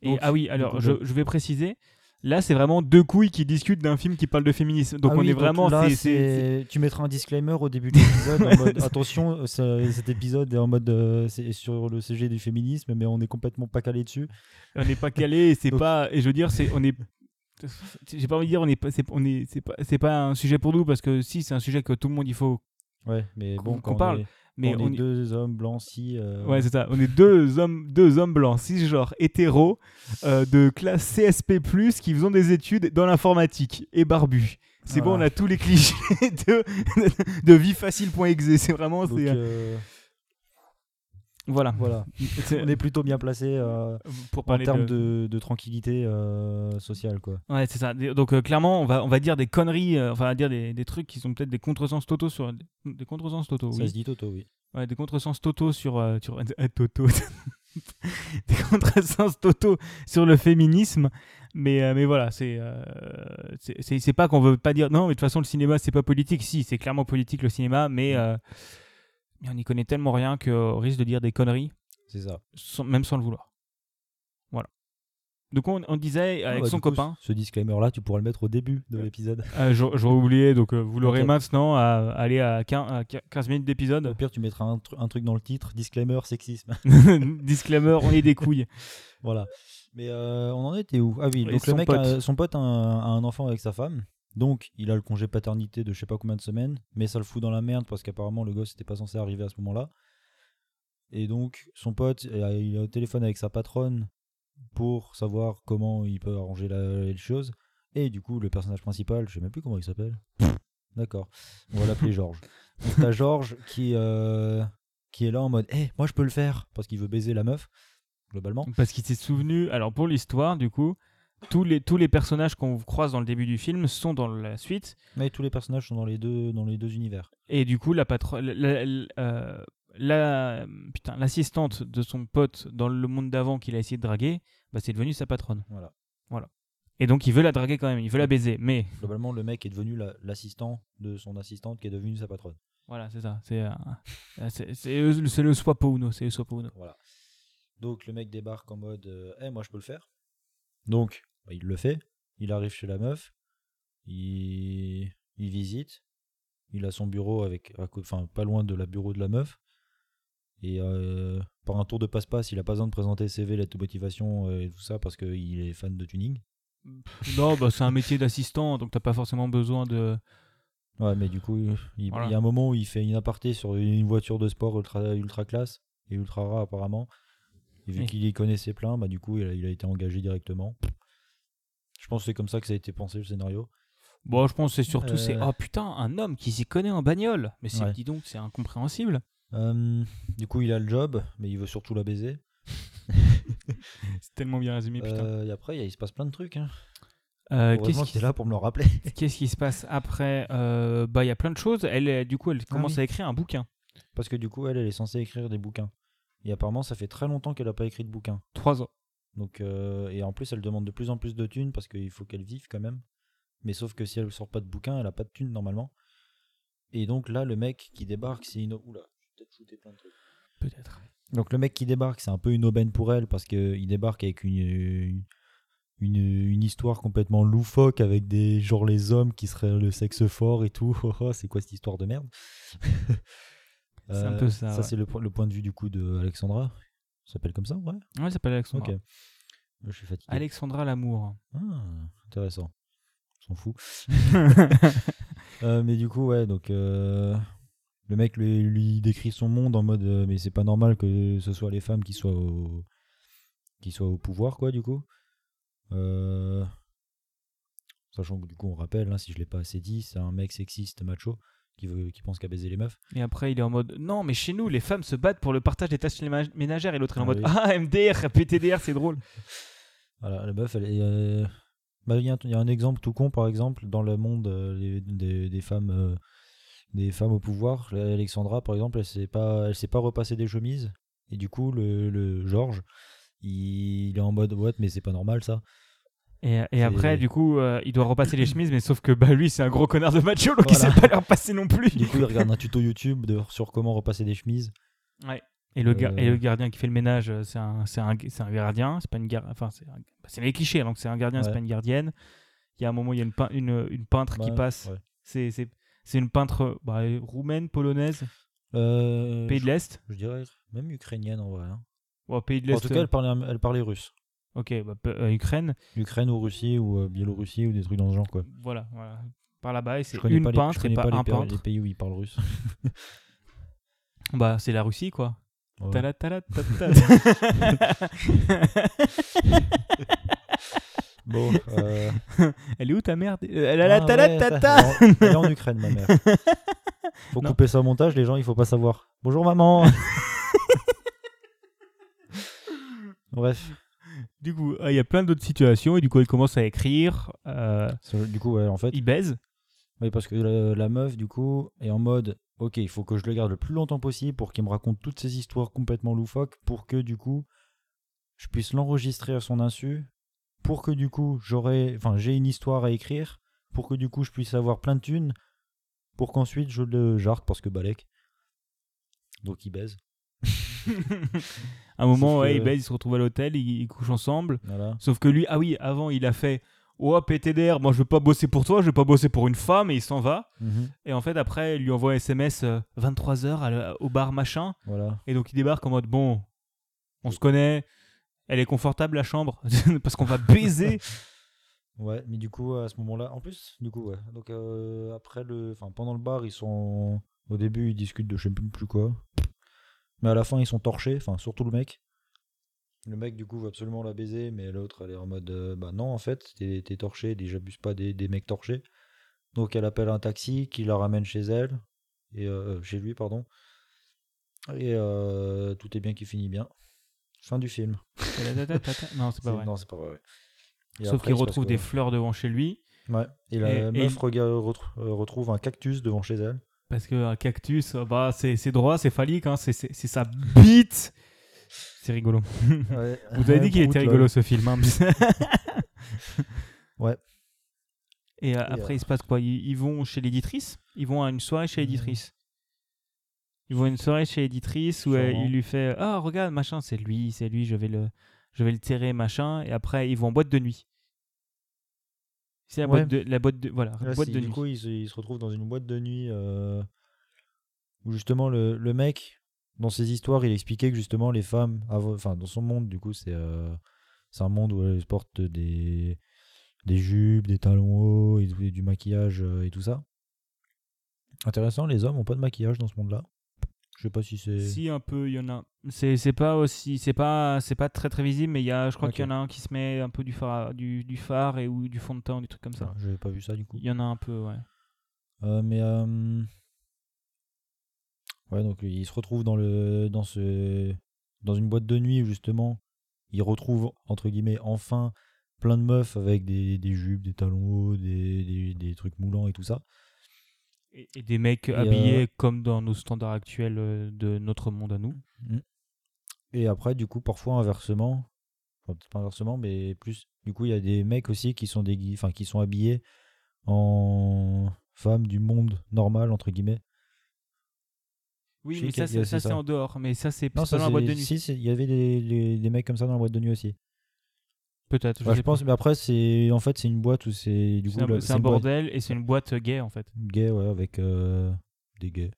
A: Et,
B: Donc,
A: ah oui,
B: du
A: alors
B: coup,
A: je,
B: le-
A: je vais préciser. Là, c'est vraiment deux couilles qui discutent d'un film qui parle de féminisme. Donc
B: Ah
A: on
B: oui,
A: est vraiment.
B: là,
A: c'est- c'est-
B: c'est- Tu mettras un disclaimer au début de l'épisode en mode attention, ce- cet épisode est en mode euh, c'est sur le sujet du féminisme, mais on est complètement pas calé dessus.
A: on n'est pas calé. et C'est
B: Donc-
A: pas. Et je veux dire, c'est on est. J'ai pas envie de dire on est pas. C'est on est. C'est pas. C'est pas un sujet pour nous parce que si c'est un sujet que tout le monde il faut.
B: Ouais, mais
A: Qu'on-
B: bon,
A: qu'on
B: quand on
A: parle,
B: est-
A: Mais
B: on,
A: on,
B: est
A: y-
B: deux hommes blancs si. euh,
A: Ouais, c'est ça. On est deux hommes, deux hommes blancs, cisgenres, hétéros, euh, de classe CSP+, qui faisons des études dans l'informatique et barbus. C'est bon, on
B: Voilà.
A: a tous les clichés de, de viefacile.exe. C'est vraiment.
B: donc,
A: c'est, euh,
B: euh,
A: voilà.
B: voilà,
A: C'est-
B: on est plutôt bien placé euh,
A: Pour
B: en
A: parler
B: termes
A: de-
B: de... de tranquillité euh, sociale, quoi.
A: Ouais, c'est ça. Des- Donc euh, clairement, on va, on va dire des conneries, euh, enfin, on va dire des, des trucs qui sont peut-être des contresens totaux sur des contresens totaux.
B: Ça
A: oui.
B: se dit Toto, oui.
A: Ouais, des contresens totaux sur euh, sur euh, totaux. des contresens totaux sur le féminisme. Mais euh, mais voilà, c'est euh, c'est- c'est c'est pas qu'on veut pas dire non, mais de toute façon le cinéma c'est pas politique. Si, c'est clairement politique le cinéma, mais
B: Mm.
A: euh, mais on y connaît tellement rien qu'on risque de dire des conneries
B: C'est ça.
A: sans- même sans le vouloir. Voilà. Donc on, on disait avec
B: Ah bah,
A: son
B: du coup,
A: copain.
B: Ce disclaimer-là, tu pourras le mettre au début de l'épisode.
A: Euh, j'aurais j'aurais oublié, donc euh, vous l'aurez
B: Ok.
A: maintenant à aller à 15, à 15 minutes
B: Au
A: d'épisode.
B: pire, tu mettras un, tru- un truc dans le titre, disclaimer sexisme.
A: Disclaimer, on est des couilles.
B: voilà. Mais euh, on en était où Ah oui,
A: Et
B: donc
A: son
B: le mec,
A: pote.
B: A, son pote a un, a un enfant avec sa femme. Donc, il a le congé paternité de je sais pas combien de semaines, mais ça le fout dans la merde parce qu'apparemment le gosse n'était pas censé arriver à ce moment-là. Et donc, son pote, euh, il est au téléphone avec sa patronne pour savoir comment il peut arranger la, les choses. Et du coup, le personnage principal, je sais même plus comment il s'appelle. D'accord, on va l'appeler Georges. Donc, t'as Georges qui, euh, qui est là en mode Eh, moi je peux le faire Parce qu'il veut baiser la meuf, globalement.
A: Parce qu'il s'est souvenu, alors pour l'histoire, du coup, tous les, tous les personnages qu'on croise dans le début du film sont dans la suite.
B: Mais tous les personnages sont dans les deux, dans les deux univers.
A: Et du coup, la patronne. La, la- euh, la- putain, l'assistante de son pote dans le monde d'avant qu'il a essayé de draguer, bah, c'est devenu sa patronne.
B: Voilà.
A: Et donc il veut la draguer quand même, il veut la baiser, mais
B: Globalement, le mec est devenu la- l'assistant de son assistante qui est devenue sa patronne.
A: voilà, c'est ça. C'est euh, euh, c'est- c'est- c'est le swapo uno, c'est le swapo uno.
B: Voilà. Donc le mec débarque en mode euh, Eh, moi je peux le faire. Donc, bah, il le fait. Il arrive chez la meuf. Il, il visite. Il a son bureau avec, à cô- enfin pas loin de la bureau de la meuf. Et euh, par un tour de passe-passe, il a pas besoin de présenter CV, lettre de motivation euh, et tout ça parce qu'il est fan de tuning.
A: Non, bah, c'est un métier d'assistant, donc t'as pas forcément besoin de.
B: Ouais, mais du coup, il il
A: Voilà.
B: y a un moment où il fait une aparté sur une voiture de sport ultra, ultra classe et ultra rare apparemment. Et vu
A: Oui.
B: qu'il y connaissait plein, bah, du coup, il a, il a été engagé directement. Je pense que c'est comme ça que ça a été pensé le scénario.
A: Bon, je pense que c'est surtout
B: Euh.
A: c'est oh putain un homme qui s'y connaît en bagnole. Mais c'est
B: Ouais.
A: dis donc c'est incompréhensible.
B: Euh, du coup, il a le job, mais il veut surtout la baiser.
A: C'est tellement bien résumé putain.
B: Euh, et après, il y a- il se passe plein de trucs. Hein.
A: Euh,
B: Heureusement
A: Qu'est-ce
B: qu'il
A: qui,
B: est là pour me le rappeler.
A: qu'est-ce qui se passe après Euh, Bah il y a plein de choses. Elle euh, du coup elle commence
B: Ah oui.
A: à écrire un bouquin.
B: Parce que du coup, elle, elle est censée écrire des bouquins. Et apparemment, ça fait très longtemps qu'elle n'a pas écrit de bouquin.
A: Trois ans.
B: Donc, euh, et en plus, elle demande de plus en plus de thunes parce qu'il faut qu'elle vive quand même. Mais sauf que si elle sort pas de bouquin, elle a pas de thunes normalement. Et donc là, le mec qui débarque, c'est une. Oula, j'ai peut-être shooté plein de trucs.
A: Peut-être.
B: Donc le mec qui débarque, c'est un peu une aubaine pour elle parce qu'il débarque avec une, une, une, une histoire complètement loufoque avec des genre les hommes qui seraient le sexe fort et tout. Oh, oh, c'est quoi cette histoire de merde Euh,
A: C'est un peu ça,
B: Ça,
A: ouais.
B: c'est le, point- le point de vue du coup de Alexandra. Ça s'appelle comme ça, ouais
A: Ouais, elle s'appelle Alexandra.
B: Ok. Je suis fatigué.
A: Alexandra l'amour.
B: Ah, intéressant. On s'en fout. Euh, mais du coup, ouais, donc euh, le mec lui, lui décrit son monde en mode euh, mais c'est pas normal que ce soit les femmes qui soient au, qui soient au pouvoir, quoi, du coup. Euh, sachant que du coup, on rappelle, hein, si je l'ai pas assez dit, c'est un mec sexiste, macho, qui, veut, qui pense qu'à baiser les meufs.
A: Et après il est en mode non mais chez nous les femmes se battent pour le partage des tâches ménag- ménagères et l'autre est en
B: Ah
A: mode
B: oui.
A: ah MDR PTDR c'est drôle.
B: Voilà, la meuf, elle est. euh, bah, Il y, a un- il y a un exemple tout con, par exemple, dans le monde euh, les- des, des femmes. euh, des femmes au pouvoir, La- Alexandra par exemple, elle s'est pas, elle s'est pas repassée des chemises et du coup le, le Georges, il, il est en mode what mais c'est pas normal ça.
A: Et, et
B: C'est-
A: après, du coup, euh, il doit repasser les chemises, mais sauf que bah, lui, c'est un gros connard de macho, donc il
B: Voilà.
A: sait pas les repasser non plus.
B: Du coup, il regarde un tuto YouTube de- sur comment repasser des chemises.
A: Et le, gar-
B: Euh.
A: et le gardien qui fait le ménage, euh, c'est un, c'est un, c'est un gardien, c'est pas une gar- Enfin, c'est un- bah, c'est les clichés, donc c'est un gardien, c'est
B: Ouais.
A: pas une gardienne. Il y a un moment, il y a une, pein- une, une peintre qui
B: Bah,
A: passe.
B: ouais.
A: C'est- C'est c'est une peintre bah, roumaine, polonaise,
B: Euh,
A: pays de l'Est.
B: je, je dirais même ukrainienne en vrai. hein.
A: Ouais, pays de l'Est.
B: En tout cas, elle parlait, un- elle parlait russe.
A: euh, ok, bah, peu- euh, Ukraine.
B: Ukraine ou Russie ou euh, Biélorussie ou des trucs dans ce genre quoi.
A: Voilà, voilà. Par là-bas, et c'est
B: Je connais
A: une
B: pas les- je
A: peintre et
B: connais
A: pas,
B: les
A: un
B: pays-
A: peintre.
B: les pays où ils parlent russe.
A: Bah, c'est la Russie, quoi.
B: Ouais.
A: Tala, tala, ta, ta.
B: Bon, euh,
A: Elle est où ta mère Euh, Elle a la
B: ah
A: tala,
B: ouais,
A: ta,
B: ça,
A: ta.
B: elle est en- Elle est en Ukraine, ma mère. Faut
A: Non.
B: couper ça au montage, les gens, il faut pas savoir. Bonjour maman. Bref,
A: Du coup, euh, il y a plein d'autres situations, et du coup, elle commence à écrire. euh,
B: c'est- du coup, ouais, en fait,
A: il baise.
B: oui, parce que la, la meuf, du coup, est en mode, ok, il faut que je le garde le plus longtemps possible pour qu'il me raconte toutes ces histoires complètement loufoques, pour que du coup, je puisse l'enregistrer à son insu, pour que du coup, j'aurai, enfin, j'ai une histoire à écrire, pour que du coup, je puisse avoir plein de thunes, pour qu'ensuite je le jarte parce que Balek. Donc il baise.
A: À un moment,
B: Sauf
A: ouais,
B: que-
A: ils baisent, ils se retrouvent à l'hôtel, ils, ils couchent ensemble.
B: Voilà.
A: Sauf que lui, ah oui, avant, il a fait Oh, PTDR, moi je veux pas bosser pour toi, je veux pas bosser pour une femme, et il s'en va. Et en fait, après, il lui envoie un SMS 23h au bar machin,
B: Voilà.
A: et donc il débarque en mode Bon, on se connaît, elle est confortable la chambre, parce qu'on va baiser.
B: Ouais, mais du coup, à ce moment-là, en plus, du coup, ouais. Donc euh, après le, enfin pendant le bar, ils sont, au début, ils discutent de je sais plus, plus quoi. Mais à la fin, ils sont torchés. Enfin, surtout le mec. Le mec, du coup, veut absolument la baiser, mais l'autre, elle est en mode, euh, bah non, en fait, t'es t'es torché, dis, j'abuse pas des, des mecs torchés. Donc elle appelle un taxi qui la ramène chez elle et euh, chez lui, pardon. Et euh, tout est bien qui finit bien. Fin du film.
A: Bah non, c'est pas
B: C'est-
A: vrai.
B: Non, c'est pas vrai. ouais. Et
A: Sauf
B: après,
A: qu'il
B: il se passe
A: retrouve
B: quoi
A: des fleurs devant chez lui,
B: Ouais, et la
A: Et- et-
B: meuf rega- retrou- euh, retrouve un cactus devant chez elle.
A: parce qu'un cactus, bah, c'est c'est droit, c'est phallique, hein, c'est- c'est c'est sa bite. C'est rigolo. Vous avez dit qu'il
B: Prout,
A: était
B: lol.
A: rigolo ce film. hein.
B: Ouais.
A: Et euh, après, il se passe quoi ils, ils vont chez l'éditrice Ils vont à une soirée
B: Mmh.
A: chez l'éditrice Ils vont à une soirée chez l'éditrice où euh,
B: Sûrement.
A: il lui fait Ah, regarde, machin, c'est lui, c'est lui, je vais le je vais le terrer, machin. Et après, ils vont en boîte de nuit. C'est la,
B: Ouais.
A: boîte, de, la boîte de. Voilà,
B: Là,
A: boîte
B: c'est-
A: de
B: du
A: nuit.
B: coup, il se, il se retrouve dans une boîte de nuit euh, où justement le, le mec, dans ses histoires, il expliquait que justement les femmes, avant- enfin dans son monde, du coup, c'est euh, c'est un monde où elles portent des, des jupes, des talons hauts et, du- et du maquillage euh, et tout ça. Intéressant, les hommes ont pas de maquillage dans ce monde-là. Je sais pas si c'est.
A: Si un peu, il y en a. C'est c'est pas aussi, c'est pas, c'est pas très très visible, mais il y a, je crois
B: Ok.
A: qu'il y en a un qui se met un peu du phare, à- du, du phare et ou du fond de teint, des trucs comme ça.
B: Ah, J'avais pas vu ça du coup.
A: Il y en a un peu, ouais.
B: Euh, mais euh, ouais, donc il se retrouve dans le dans ce dans une boîte de nuit où justement il retrouve entre guillemets enfin plein de meufs avec des, des jupes, des talons hauts, des, des, des trucs moulants et tout ça.
A: Et, et des mecs
B: euh,
A: habillés comme dans nos standards actuels euh, de notre monde à nous.
B: Et après, du coup, parfois inversement, enfin peut-être pas inversement, mais plus du coup il y a des mecs aussi qui sont dégui- enfin qui sont habillés en femmes du monde normal entre guillemets.
A: Oui,
B: Chez
A: mais ça,
B: Ikea,
A: c'est-
B: c'est
A: ça, c'est
B: ça.
A: en dehors, mais ça c'est
B: Non,
A: pas
B: ça,
A: dans la boîte
B: c'est-
A: de nuit.
B: si, c'est- il y avait des, des- des mecs comme ça dans la boîte de nuit aussi.
A: Peut-être.
B: Ouais,
A: sais
B: je pense,
A: pas.
B: mais après, c'est en fait, c'est une boîte où c'est du
A: C'est
B: coup
A: un,
B: la-
A: c'est un
B: une boîte
A: bordel et c'est une boîte gay en fait.
B: gay, ouais, avec euh, des gays.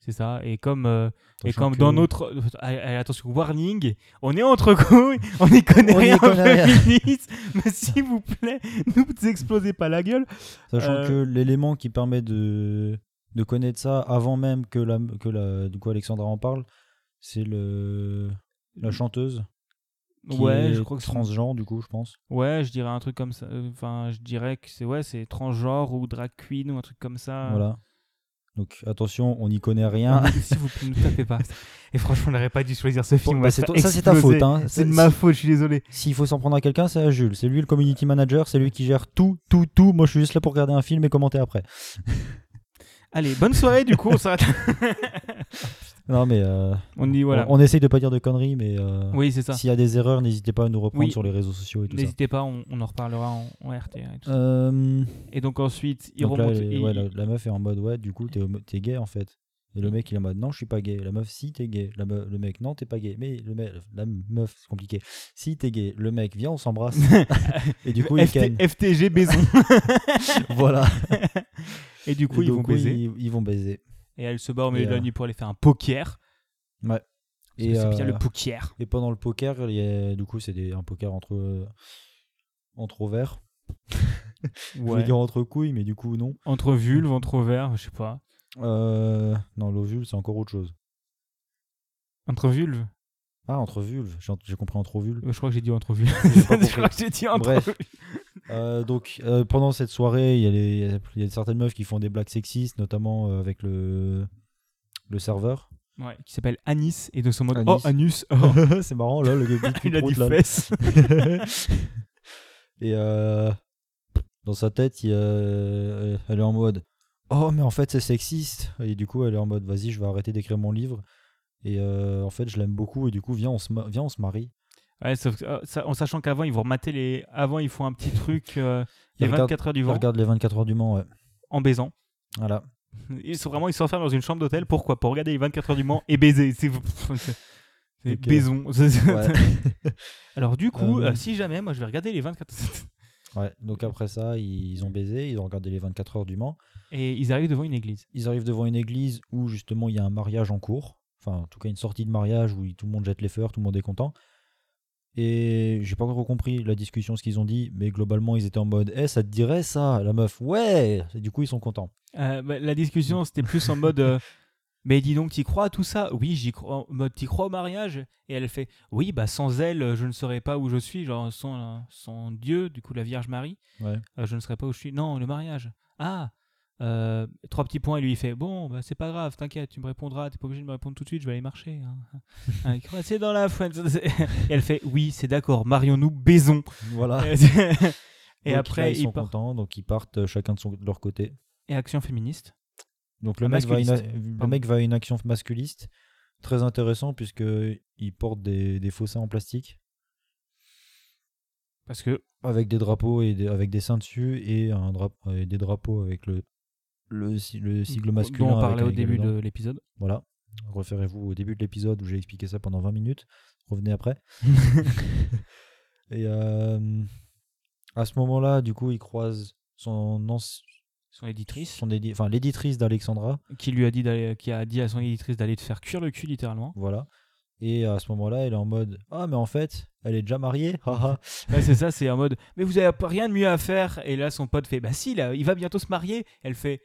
A: C'est ça. Et comme euh, et
B: Sachant
A: comme
B: que-
A: dans notre Allez, allez, attention warning, on est entre couilles, on n'y connaît
B: On y
A: rien
B: connaît
A: au
B: rien.
A: féminisme, mais s'il vous plaît, ne vous explosez pas la gueule.
B: Sachant
A: euh,
B: que l'élément qui permet de, de connaître ça avant même que la, que la du coup Alexandra en parle, c'est le la chanteuse. qui
A: ouais,
B: est
A: je crois que c'est-
B: transgenre du coup, je pense.
A: Ouais, je dirais un truc comme ça. euh, Enfin, je dirais que c'est ouais, c'est transgenre ou drag queen ou un truc comme ça.
B: Voilà. Donc attention, on n'y connaît
A: Non,
B: rien.
A: mais S'il vous plaît, ne tapez pas. Et franchement, on n'aurait pas dû choisir ce film.
B: Hein. Bon,
A: on
B: bah,
A: va
B: c'est
A: se
B: toi-
A: faire
B: ça c'est ta
A: exploser.
B: faute. Hein.
A: C'est de ma faute, je suis désolé.
B: S'il faut s'en prendre à quelqu'un, c'est à Jules. C'est lui le community manager, c'est lui qui gère tout, tout, tout. Moi, je suis juste là pour regarder un film et commenter après.
A: Allez, bonne soirée du coup, on s'arrête.
B: Non, mais euh,
A: On dit voilà.
B: on, on essaye de pas dire de conneries, mais euh,
A: Oui, c'est ça.
B: s'il y a des erreurs, n'hésitez pas à nous reprendre
A: Oui.
B: sur les réseaux sociaux et tout ça.
A: N'hésitez pas, on, on en reparlera en, en RT. hein, et, tout ça.
B: Euh,
A: Et donc ensuite, il
B: donc là, euh,
A: remonte.
B: elle-
A: il- Mm.
B: ouais, la, la meuf est en mode ouais, du coup, t'es homo- t'es gay en fait. Et le mec il est en mode non, je suis pas gay. La meuf, si t'es gay. La me- le mec, non, t'es pas gay. Mais le mec, la meuf, c'est compliqué. Si t'es gay, le mec, viens, on s'embrasse. et du coup, il ken.
A: FT FTG baison.
B: Voilà.
A: et du coup,
B: Et
A: ils vont
B: donc,
A: baiser.
B: Ils, ils vont baiser.
A: Et elle se bat au milieu
B: Et,
A: de la
B: euh,
A: nuit pour aller faire un poker.
B: Ouais.
A: Parce que
B: Et,
A: c'est bien
B: euh,
A: le poker.
B: Et pendant le poker, il y a- du coup, c'est des- un poker entre euh, entre ovaires. Je voulais
A: Ouais.
B: dire entre couilles, mais du coup, non.
A: Entre vulve, entre ovaire, je sais pas.
B: Euh, non, l'ovule, c'est encore autre chose.
A: Entre vulve
B: Ah, entre vulves. J'ai j'ai compris entre vulves.
A: Euh, Je crois que j'ai dit entre vulve.
B: J'ai pas
A: je
B: compris.
A: crois que j'ai dit entre
B: Bref.
A: vulve.
B: Euh, donc, euh, pendant cette soirée, il y, a les- il y a- il y a certaines meufs qui font des blagues sexistes, notamment euh, avec le, le serveur.
A: Ouais, qui s'appelle Anis et de son mode
B: Anis.
A: Oh, Anus. oh.
B: c'est marrant, là, le gars qui
A: Il a dit
B: croûte, là.
A: fesses.
B: Et euh, dans sa tête, il y a- elle est en mode Oh, mais en fait, c'est sexiste. Et du coup, elle est en mode Vas-y, je vais arrêter d'écrire mon livre. Et euh, en fait, je l'aime beaucoup. Et du coup, viens, on se, ma- viens, on se marie.
A: Ouais, sauf que, euh, ça- en sachant qu'avant, ils vont remater les. Avant, ils font un petit truc euh,
B: Il
A: les
B: regarde-
A: 24 heures du
B: Il
A: vent
B: regarde les 24 heures du Mans, ouais.
A: en baisant.
B: Voilà.
A: Ils sont vraiment, ils s'enferment dans une chambre d'hôtel. Pourquoi Pour regarder les 24 heures du Mans et baiser. C'est c'est- c'est
B: Ok.
A: baison. C'est- c'est-
B: Ouais.
A: Alors du coup,
B: Euh.
A: euh, si jamais, moi, je vais regarder les 24
B: Ouais. Donc
A: Mhm.
B: après ça, ils ont baisé, ils ont regardé les 24 heures du Mans.
A: et ils arrivent devant une église.
B: Ils arrivent devant une église où justement il y a un mariage en cours. Enfin, en tout cas, une sortie de mariage où tout le monde jette les fleurs, tout le monde est content. Et j'ai pas encore compris la discussion, ce qu'ils ont dit, mais globalement, ils étaient en mode Eh, ça te dirait ça La meuf, ouais Et du coup, ils sont contents.
A: Euh, bah, la discussion, c'était plus en mode. euh, mais dis donc, t'y crois à tout ça Oui, j'y crois. En mode, t'y crois au mariage Et elle fait, oui, bah sans elle, je ne saurais pas où je suis. Genre sans, euh, sans Dieu, du coup la Vierge Marie,
B: Ouais.
A: euh, je ne saurais pas où je suis. Non, le mariage. Ah. euh, trois petits points et lui il fait bon bah c'est pas grave t'inquiète tu me répondras t'es pas obligé de me répondre tout de suite je vais aller marcher hein. Hein, il croit, c'est dans la fouette et elle fait oui c'est d'accord marions-nous baisons
B: Voilà.
A: et,
B: Donc, là,
A: après
B: ils
A: il
B: sont
A: part
B: contents, donc ils partent euh, chacun de, son- de leur côté.
A: et action féministe
B: Donc le
A: Ah,
B: mec, va à une,
A: masculiste.
B: le
A: Pardon.
B: mec va à une action masculiste, très intéressant, puisqu'il porte des, des faux seins en plastique.
A: parce que
B: avec des drapeaux et des, avec des seins dessus et, un drap, et des drapeaux avec le le, si- le sigle masculin.
A: dont on
B: avec
A: parlait
B: un
A: au
B: aigle
A: début
B: dedans.
A: de l'épisode
B: Voilà. Référez-vous au début de l'épisode où j'ai expliqué ça pendant 20 minutes. Revenez après. et euh, à ce moment-là, du coup, il croise son anci-
A: son éditrice
B: son édi- enfin l'éditrice d'Alexandra,
A: qui lui a dit d'aller, qui a dit à son éditrice d'aller te faire cuire le cul littéralement.
B: voilà. Et à ce moment-là, elle est en mode ah mais en fait, elle est déjà mariée. haha.
A: Ouais, Bah, c'est ça, c'est en mode mais vous avez pas rien de mieux à faire. Et là, son pote fait bah si, là, il va bientôt se marier. Elle fait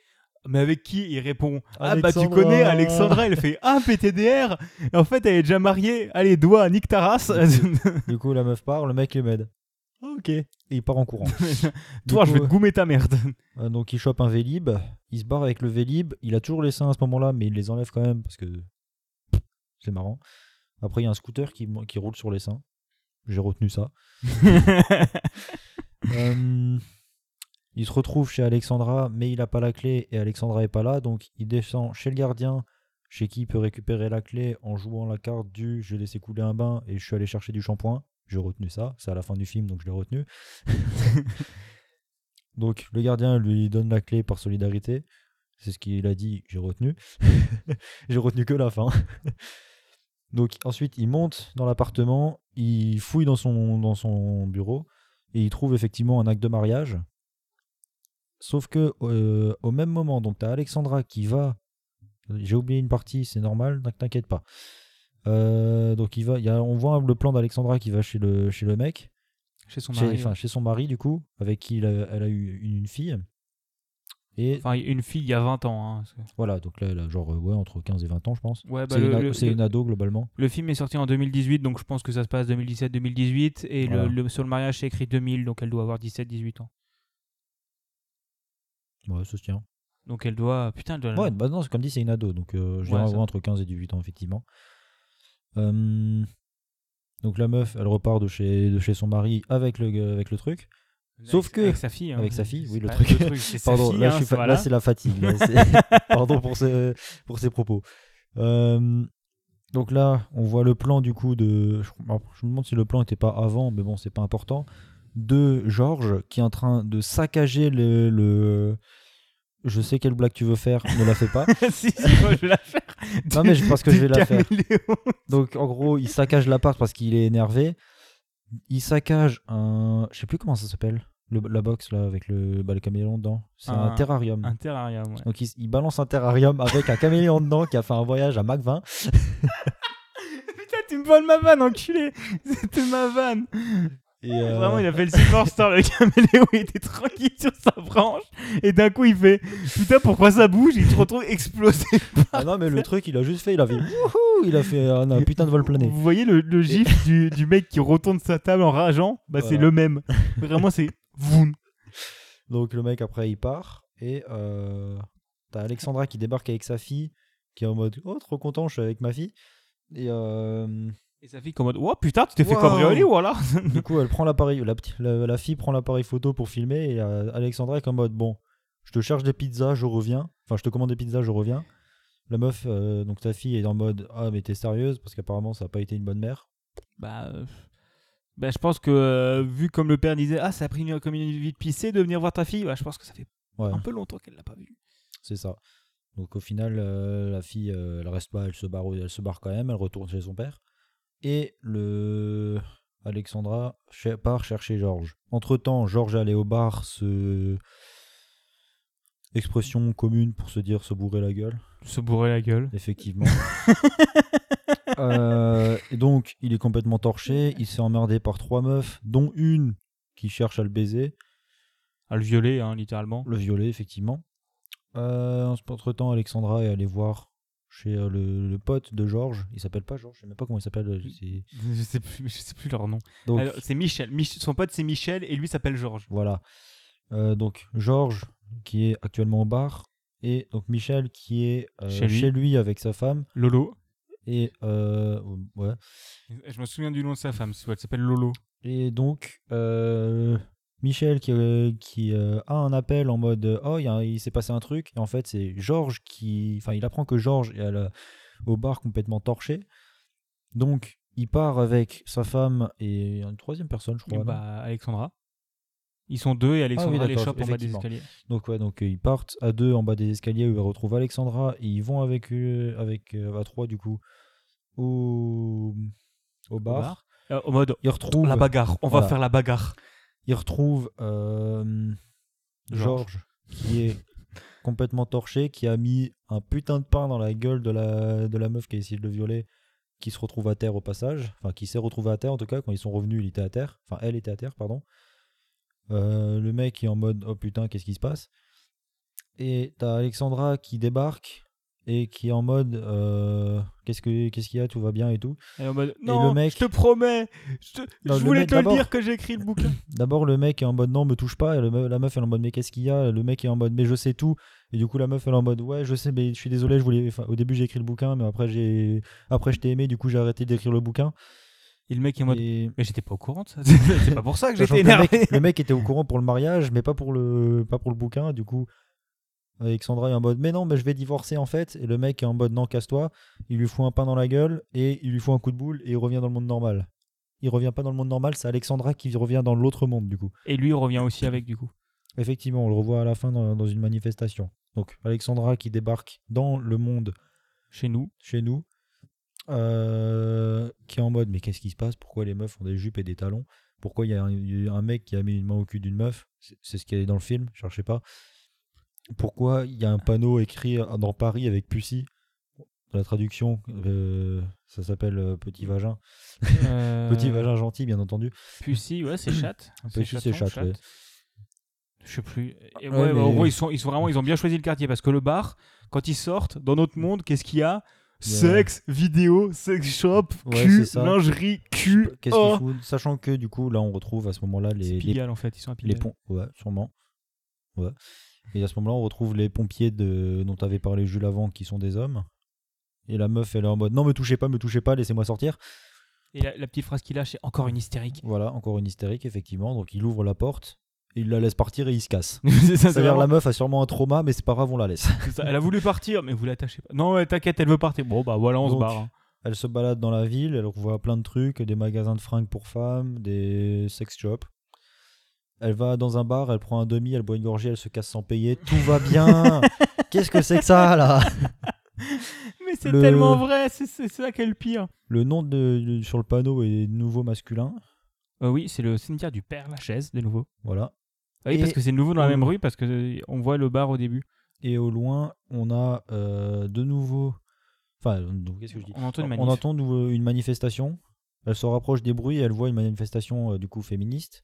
A: mais avec qui Il répond ah bah tu
B: Alexandra.
A: connais Alexandra. Elle fait ah PTDR. En fait, elle est déjà mariée. Allez, doigt, nique ta race.
B: du coup, la meuf part, le mec les m'aide. Ok. Et il part en courant. Du
A: Toi, je vais
B: coup,
A: te goumer ta merde.
B: Euh, donc il chope un Vélib, il se barre avec le Vélib, il a toujours les seins à ce moment-là, mais il les enlève quand même parce que c'est marrant. Après il y a un scooter qui, qui roule sur les seins. J'ai retenu ça. Euh, il se retrouve chez Alexandra, mais il n'a pas la clé et Alexandra est pas là, donc il descend chez le gardien, chez qui il peut récupérer la clé en jouant la carte du j'ai laissé couler un bain et je suis allé chercher du shampoing. J'ai retenu ça, c'est à la fin du film, donc je l'ai retenu. Donc le gardien lui donne la clé par solidarité. C'est ce qu'il a dit, j'ai retenu. j'ai retenu que la fin. Donc ensuite, il monte dans l'appartement, il fouille dans son, dans son bureau et il trouve effectivement un acte de mariage. Sauf que euh, au même moment, donc t'as Alexandra qui va. euh, J'ai oublié une partie, c'est normal, t'in- t'inquiète pas. Euh, donc il va, il y a- on voit le plan d'Alexandra qui va chez le, chez le mec
A: Chez son
B: chez,
A: mari.
B: enfin, chez son mari, du coup, avec qui il a- elle a eu une, une fille. Et
A: Enfin, une fille il y a 20 ans. hein, parce que-
B: voilà, donc là, elle a genre euh, ouais, entre 15 et 20 ans, je pense.
A: Ouais, bah,
B: c'est
A: le,
B: une, a-
A: le-
B: c'est une ado, globalement.
A: le film est sorti en 2018, donc je pense que ça se passe 2017-2018. Et le-
B: Voilà.
A: le, sur le mariage, c'est écrit 2000, donc elle doit avoir 17-18 ans.
B: Ouais, ça se tient.
A: Donc elle doit. Putain, elle doit.
B: Ouais, bah non, c'est comme dit, c'est une ado, donc euh, je
A: Mmh. Ouais,
B: dirais
A: ça.
B: ouais, entre 15 et 18 ans, effectivement. Euh, donc la meuf, elle repart de chez, de chez son mari avec le, gue- avec le truc. Sauf
A: Avec-
B: que-
A: Avec sa fille. hein.
B: avec sa fille, oui,
A: C'est
B: le
A: pas-
B: truc.
A: c'est sa
B: Pardon,
A: fille,
B: là,
A: hein,
B: je suis fa- là,
A: voilà.
B: c'est la fatigue. là, c'est- Pardon pour, ce, pour ces propos. Euh, donc là, on voit le plan du coup de. Je, alors, je me demande si le plan n'était pas avant, mais bon, c'est pas important. De Georges qui est en train de saccager le. le- Je sais quelle blague tu veux faire, ne la fais pas.
A: si, si, moi, je vais la faire.
B: Non, mais je pense que
A: Du
B: je vais la faire.
A: caméléon.
B: Donc en gros, il saccage l'appart parce qu'il est énervé. Il saccage un. Je sais plus comment ça s'appelle. Le- la box là avec le, bah, le caméléon dedans. C'est un,
A: Un-
B: terrarium.
A: Un terrarium, ouais.
B: Donc il, s- il balance un terrarium avec un caméléon dedans qui a fait un voyage à Mac 20.
A: Putain, tu me voles ma vanne, enculé C'était ma vanne
B: Et, euh,
A: Vraiment, il a fait le superstar, le caméléon, il était tranquille sur sa branche, et d'un coup, il fait « Putain, pourquoi ça bouge ?» Il se retrouve explosé.
B: ah non mais le truc il a juste fait, il a fait wouhou, il a fait un, un putain de vol plané.
A: Vous voyez le, le gif du, du mec qui retourne sa table en rageant Bah, c'est
B: Voilà.
A: le même. Vraiment, c'est... Voum
B: Donc le mec après il part et euh, t'as Alexandra qui débarque avec sa fille qui est en mode oh trop content je suis avec ma fille et euh,
A: Et sa fille qui est en mode « Oh putain, tu t'es fait
B: Wow.
A: cambrioler, voilà
B: Du coup, elle prend l'appareil, la, petite- la, la fille prend l'appareil photo pour filmer et euh, Alexandra est en mode bon, je te cherche des pizzas, je reviens. Enfin, je te commande des pizzas, je reviens. La meuf, euh, donc ta fille est en mode ah mais t'es sérieuse parce qu'apparemment ça n'a pas été une bonne mère. !»
A: Bah... euh, bah, je pense que, euh, vu comme le père disait « Ah, ça a pris une, comme une vie de pissée de venir voir ta fille bah, », je pense que ça fait
B: Ouais,
A: un peu longtemps qu'elle l'a pas vue.
B: c'est ça. Donc au final, euh, la fille, euh, elle reste pas, elle se barre, elle se barre quand même, elle retourne chez son père et le Alexandra che- part chercher Georges. Entre temps, Georges allait au bar, se expression commune pour se dire se bourrer la gueule.
A: Se bourrer la gueule.
B: Effectivement. Euh, et donc, il est complètement torché. Il s'est emmerdé par trois meufs, dont une qui cherche à le baiser,
A: À le violer, hein, littéralement.
B: le violer, effectivement. Euh, entre temps, Alexandra est allée voir chez euh, le, le pote de Georges. Il s'appelle pas Georges, je sais même pas comment il s'appelle. euh, c'est-
A: Je sais plus, je sais plus leur nom.
B: Donc,
A: Alors, C'est Michel. Mich- Son pote, c'est Michel et lui s'appelle Georges.
B: Voilà. Euh, donc Georges qui est actuellement au bar et donc Michel qui est euh,
A: Chez lui.
B: chez lui avec sa femme
A: Lolo.
B: et euh, ouais
A: Je me souviens du nom de sa femme. c'est- Elle s'appelle Lolo.
B: Et donc, euh, Michel qui, euh, qui, euh, a un appel en mode euh, Oh, il y a un- il s'est passé un truc. Et en fait, c'est Georges qui. Enfin, il apprend que Georges est à la- au bar complètement torché. Donc, il part avec sa femme et une troisième personne, je crois. non
A: Bah, Alexandra. Ils sont deux et Alexandra
B: Ah oui,
A: les
B: d'accord,
A: chope en bas des
B: effectivement.
A: escaliers.
B: Donc, ouais, donc euh, ils partent à deux en bas des escaliers où ils retrouvent Alexandra. Et ils vont avec, eux- avec euh, à trois, du coup, au, au bar.
A: bar. Euh, en mode
B: Ils retrouvent.
A: la bagarre. On
B: Voilà.
A: va faire la bagarre.
B: Il retrouve euh, Georges,
A: Georges.
B: qui est complètement torché, qui a mis un putain de pain dans la gueule de la, de la meuf qui a essayé de le violer, qui se retrouve à terre au passage. Enfin, qui s'est retrouvé à terre en tout cas, quand ils sont revenus, il était à terre. Enfin, elle était à terre, pardon. Euh, le mec est en mode oh putain, qu'est-ce qui se passe Et t'as Alexandra qui débarque et qui est en mode euh, qu'est-ce que- qu'est-ce qu'il y a, tout va bien et tout.
A: Et en mode non,
B: le mec-
A: je te promets. Je, te-
B: Non,
A: je
B: le
A: voulais
B: mec
A: te le
B: d'abord.
A: dire que j'ai écrit le bouquin.
B: D'abord, le mec est en mode non, me touche pas. Et le me- la meuf, elle est en mode mais qu'est-ce qu'il y a Le mec est en mode mais je sais tout. Et du coup, la meuf, elle est en mode ouais, je sais, mais je suis désolé. Je voulais... enfin, au début, j'ai écrit le bouquin, mais après, j'ai après je t'ai aimé. Du coup, j'ai arrêté d'écrire le bouquin.
A: Et le mec est en mode.
B: Et...
A: Mais j'étais pas au courant de ça. c'est pas pour ça que
B: Sachant
A: j'étais
B: que le,
A: énervé.
B: mec, le mec était au courant pour le mariage, mais pas pour le, pas pour le bouquin. Du coup, Alexandra est en mode mais non, mais je vais divorcer en fait. Et le mec est en mode non, casse-toi. Il lui fout un pain dans la gueule et il lui fout un coup de boule et il revient dans le monde normal. Il revient pas dans le monde normal, c'est Alexandra qui revient dans l'autre monde du coup.
A: Et lui il revient aussi avec du coup.
B: Effectivement, on le revoit à la fin dans, dans une manifestation. Donc, Alexandra qui débarque dans le monde
A: Chez nous.
B: chez nous, euh, qui est en mode Mais qu'est-ce qui se passe Pourquoi les meufs ont des jupes et des talons Pourquoi il y a un, il y a un mec qui a mis une main au cul d'une meuf C'est- C'est ce qui est dans le film, cherchez pas. Pourquoi il y a un panneau écrit euh, dans Paris avec Pussy Dans la traduction, euh, ça s'appelle euh, Petit Vagin.
A: Euh,
B: Petit Vagin gentil, bien entendu.
A: Pussy, ouais, c'est chatte.
B: peu ici, c'est
A: chaton,
B: chatte, ouais.
A: Je sais plus. Et
B: Ouais,
A: ouais, bah, en
B: mais-
A: gros, ils sont, ils sont vraiment, ils ont bien choisi le quartier parce que le bar, quand ils sortent, dans notre monde, qu'est-ce qu'il y a
B: Il y a-
A: Sexe, vidéo, sex shop,
B: Ouais,
A: cul,
B: c'est ça.
A: lingerie, cul.
B: Qu'est-ce
A: oh.
B: qu'ils foutent Sachant que du coup, là, on retrouve à ce moment-là
A: C'est
B: les, les
A: Pigalle en fait, ils sont à
B: Les
A: Pigalle.
B: ponts, ouais, sûrement. Ouais. Et à ce moment-là, on retrouve les pompiers de... dont avait parlé Jules avant, qui sont des hommes. Et la meuf, elle est en mode non, me touchez pas, me touchez pas, laissez-moi sortir.
A: Et la, la petite phrase qu'il lâche, c'est encore une hystérique.
B: Voilà, encore une hystérique, effectivement. Donc il ouvre la porte il la laisse partir et il se casse.
A: C'est ça, c'est
B: C'est-à-dire,
A: vraiment-
B: la meuf a sûrement un trauma, mais c'est pas grave, on la laisse.
A: c'est ça. Elle a voulu partir, mais vous l'attachez pas. Non, ouais, t'inquiète, elle veut partir. Bon, bah voilà, on se
B: Donc,
A: barre. hein.
B: Elle se balade dans la ville, elle voit plein de trucs, des magasins de fringues pour femmes, des sex shops. Elle va dans un bar, elle prend un demi, elle boit une gorgée, elle se casse sans payer, tout va bien. Qu'est-ce que c'est que ça là
A: Mais c'est
B: le-
A: tellement vrai, c'est, c'est ça qui est le pire.
B: Le nom de, de- sur le panneau est nouveau masculin,
A: Euh, oui, c'est le cimetière du Père Lachaise, de nouveau.
B: voilà.
A: Ah oui, parce
B: Et-
A: que c'est nouveau dans la
B: Mm.
A: même rue, parce que euh, on voit le bar au début.
B: Et au loin, on a euh, de nouveau. Enfin, donc, qu'est-ce que je dis
A: On entend une manif.
B: On entend nou- une manifestation. Elle se rapproche des bruits et elle voit une manifestation euh, du coup féministe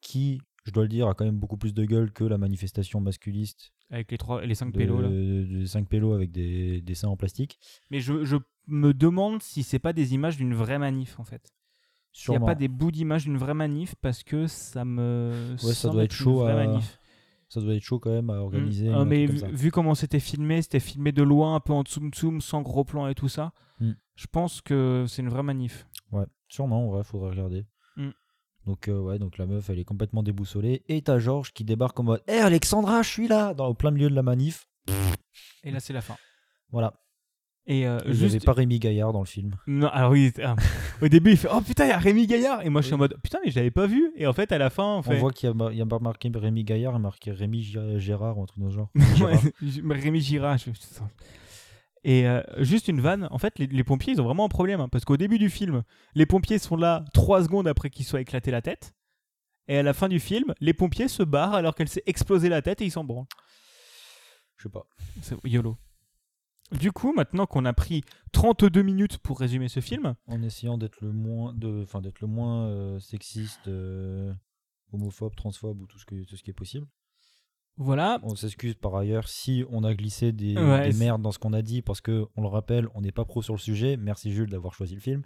B: qui, je dois le dire, a quand même beaucoup plus de gueule que la manifestation masculiste
A: Avec les trois, les cinq
B: de,
A: pélos là.
B: de 5 pélos avec des dessins en plastique.
A: Mais je, je me demande si c'est pas des images d'une vraie manif en fait. Il n'y a
B: Sûrement.
A: pas des bouts d'images d'une vraie manif parce que ça me.
B: ça
A: semble
B: doit être
A: une
B: chaud
A: vraie
B: à
A: manif.
B: Ça doit être chaud quand même à organiser.
A: Mm.
B: une-
A: Ah,
B: un
A: mais
B: truc
A: vu,
B: comme ça.
A: vu comment c'était filmé, c'était filmé de loin, un peu en zoom zoom, sans gros plan et tout ça.
B: Mm.
A: Je pense que c'est une vraie manif.
B: Ouais, sûrement, en vrai, faudrait regarder.
A: Mm.
B: Donc, euh, ouais, donc la meuf, elle est complètement déboussolée. Et t'as Georges qui débarque en mode Hé Alexandra, je suis là dans, Au plein milieu de la manif.
A: Et là, c'est la fin.
B: Voilà.
A: Et euh,
B: Il n'y avait
A: juste.
B: pas Rémi Gaillard dans le film.
A: Non, alors oui, ah, au début, il fait Oh putain, il y a Rémi Gaillard Et moi, je suis en mode Putain, mais je l'avais pas vu. Et en fait, à la fin, on
B: On
A: fait.
B: voit qu'il y a, mar- il y a pas marqué Rémi Gaillard, il y a marqué Rémi Gi- Gérard ou un truc dans ce genre.
A: Ouais,
B: Gérard.
A: J- Rémi Girard. je- putain. Et euh, juste une vanne, en fait, les, les pompiers, ils ont vraiment un problème. hein, parce qu'au début du film, les pompiers sont là 3 secondes après qu'ils soient éclatés la tête. Et à la fin du film, les pompiers se barrent alors qu'elle s'est explosé la tête et ils s'en branlent.
B: Je sais pas.
A: C'est YOLO. Du coup, maintenant qu'on a pris 32 minutes pour résumer ce film,
B: En essayant d'être le moins, de, enfin d'être le moins euh, sexiste, euh, homophobe, transphobe ou tout ce que tout ce qui est possible.
A: voilà.
B: On s'excuse par ailleurs si on a glissé des,
A: Ouais,
B: des
A: c'est-
B: merdes dans ce qu'on a dit parce que on le rappelle, on n'est pas pro sur le sujet. Merci Jules d'avoir choisi le film.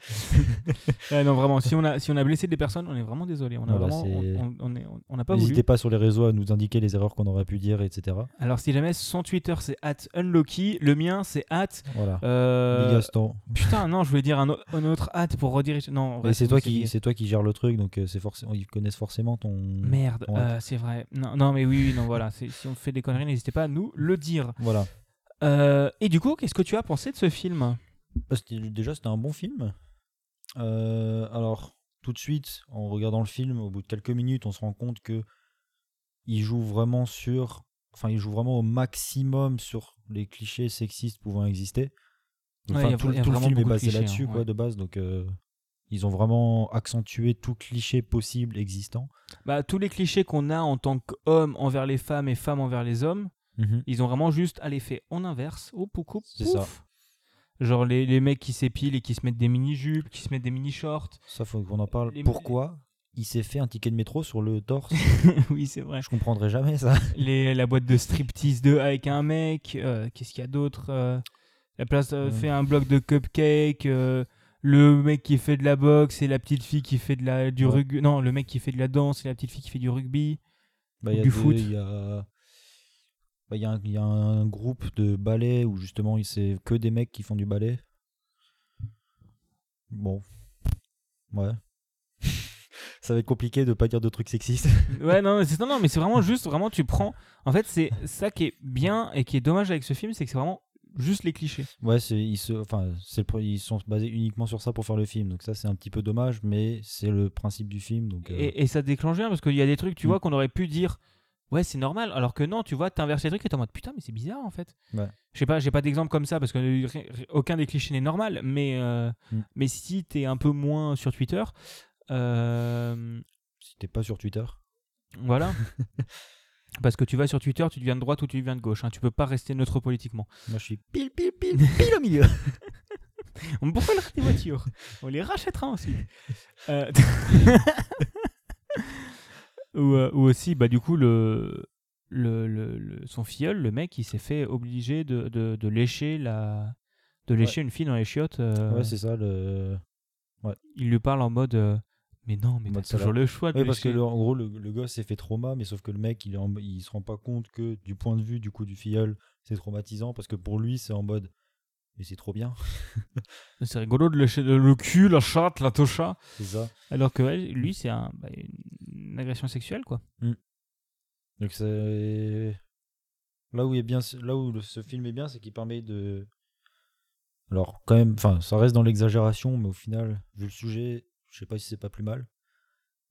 A: Ah non, vraiment, si on, a, si on a blessé des personnes, on est vraiment désolé. On a
B: Voilà,
A: vraiment-
B: Ah bah c'est-
A: on- on- on est- on- on n'a pas voulu.
B: N'hésitez pas sur les réseaux à nous indiquer les erreurs qu'on aurait pu dire, etc.
A: Alors, si jamais son Twitter c'est at unlucky, le mien c'est at.
B: Voilà.
A: euh,
B: Big Gaston.
A: Putain, non, je voulais dire un, au- un autre hâte pour rediriger. Non, en
B: Mais
A: vrai,
B: c'est
A: nous,
B: toi qui
A: lié.
B: c'est toi qui gère le truc, donc euh, c'est forcément ils connaissent forcément ton.
A: Merde,
B: Ouais.
A: euh, c'est vrai. Non, non, mais oui, oui, non, voilà. c'est- Si on fait des conneries, n'hésitez pas à nous le dire.
B: Voilà.
A: Euh, et du coup, qu'est-ce que tu as pensé de ce film
B: Bah, c'était- déjà, c'était un bon film. Euh, alors, tout de suite, en regardant le film, au bout de quelques minutes, on se rend compte que il joue vraiment sur, enfin, il joue vraiment au maximum sur les clichés sexistes pouvant exister. Donc,
A: Ouais,
B: enfin,
A: y a
B: tout,
A: vra- y a
B: tout le
A: vraiment
B: film est
A: beaucoup de
B: basé
A: clichés,
B: là-dessus,
A: hein,
B: quoi,
A: ouais.
B: de base. Donc, euh, ils ont vraiment accentué tout cliché possible existant.
A: bah, Tous les clichés qu'on a en tant qu'homme envers les femmes et femmes envers les hommes, ils ont vraiment juste à l'effet en inverse. Oh, pou, coup,
B: C'est ça.
A: pouf. Genre les, les mecs qui s'épilent et qui se mettent des mini-jupes, qui se mettent des mini-shorts.
B: Ça, faut qu'on en parle.
A: Les-
B: Pourquoi il s'est fait un ticket de métro sur le torse
A: oui, c'est vrai.
B: Je comprendrai jamais ça.
A: Les- la boîte de striptease de avec un mec. euh, Qu'est-ce qu'il y a d'autre euh, La place euh,
B: Euh.
A: fait un bloc de cupcake. euh, le mec qui fait de la boxe et la petite fille qui fait de la du
B: Ouais.
A: rugby. Non, le mec qui fait de la danse et la petite fille qui fait du rugby.
B: Bah,
A: Ou
B: il y a
A: du
B: des-
A: foot.
B: Il y a, bah, il y a un, il y a un groupe de ballet où justement il- c'est que des mecs qui font du ballet. Bon. Ouais. Ça va être compliqué de pas dire de trucs sexistes.
A: ouais, non, mais c'est non, non, mais c'est vraiment juste vraiment tu prends. En fait, c'est ça qui est bien et qui est dommage avec ce film, c'est que c'est vraiment juste les clichés.
B: Ouais, c'est ils se, enfin, c'est le pro- ils sont basés uniquement sur ça pour faire le film, donc ça c'est un petit peu dommage, mais c'est le principe du film, donc. euh,
A: Et, et ça déclenche bien parce qu'il y a des trucs, tu
B: Mm.
A: vois, qu'on aurait pu dire ouais, c'est normal, alors que non, tu vois, t'inverses les trucs et t'es en mode putain, mais c'est bizarre en fait.
B: Ouais.
A: Je sais pas, j'ai pas d'exemple comme ça parce que euh, ri- ri- aucun des clichés n'est normal, mais, euh,
B: Mm.
A: mais si t'es un peu moins sur Twitter, euh,
B: Si t'es pas sur Twitter.
A: voilà. Parce que tu vas sur Twitter, tu deviens de droite ou tu deviens de gauche. hein, Tu peux pas rester neutre politiquement.
B: Moi je suis pile pile pile pile au milieu.
A: On pourquoi leur- les voitures On les rachètera ensuite. Euh, ou, euh, ou aussi, bah, du coup, le, le, le- le- son filleul, le mec, il s'est fait obligé de, de, de lécher, la, de lécher une fille dans les chiottes. euh,
B: Ouais, c'est ça le.
A: il lui parle en mode euh, Mais non, mais
B: Mode
A: t'as toujours
B: salope.
A: le choix de
B: Oui, parce que
A: lécher.
B: le- en gros, le, le gosse s'est fait trauma, mais sauf que le mec, il, est en- il se rend pas compte que du point de vue du coup du filleul, c'est traumatisant parce que pour lui, c'est en mode, mais c'est trop bien,
A: C'est rigolo de lécher le, le cul, la chatte, la tocha.
B: c'est ça.
A: Alors que ouais, lui, c'est un, bah, une agression sexuelle, quoi.
B: Mm. Donc c'est là où est bien là où le- ce film est bien, c'est qu'il permet de alors quand même, enfin ça reste dans l'exagération, mais au final vu le sujet, je sais pas si c'est pas plus mal.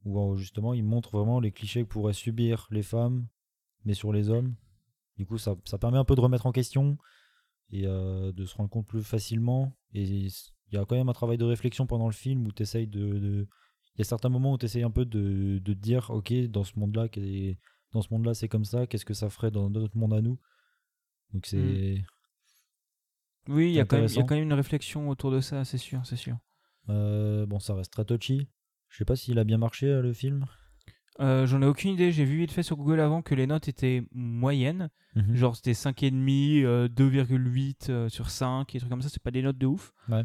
B: Ou euh, justement il montre vraiment les clichés que pourraient subir les femmes, mais sur les hommes. Du coup ça, ça permet un peu de remettre en question et euh, de se rendre compte plus facilement. Et il y a quand même un travail de réflexion pendant le film où tu essayes de, de- Il y a certains moments où tu essayes un peu de, de te dire, ok, dans ce monde-là, qu'est- dans ce monde-là, c'est comme ça, qu'est-ce que ça ferait dans notre monde à nous Donc c'est...
A: Oui, il y, a
B: C'est
A: quand même- il y a
B: intéressant.
A: quand même une réflexion autour de ça, c'est sûr, c'est sûr.
B: euh, bon, ça reste très touchy. Je sais pas s'il a bien marché, euh, le film.
A: Euh, J'en ai aucune idée, j'ai vu vite fait sur Google avant que les notes étaient moyennes.
B: Mm.
A: Genre c'était 5,5, euh, 2,8 euh, sur 5, et des trucs comme ça, c'est pas des notes de ouf.
B: Ouais.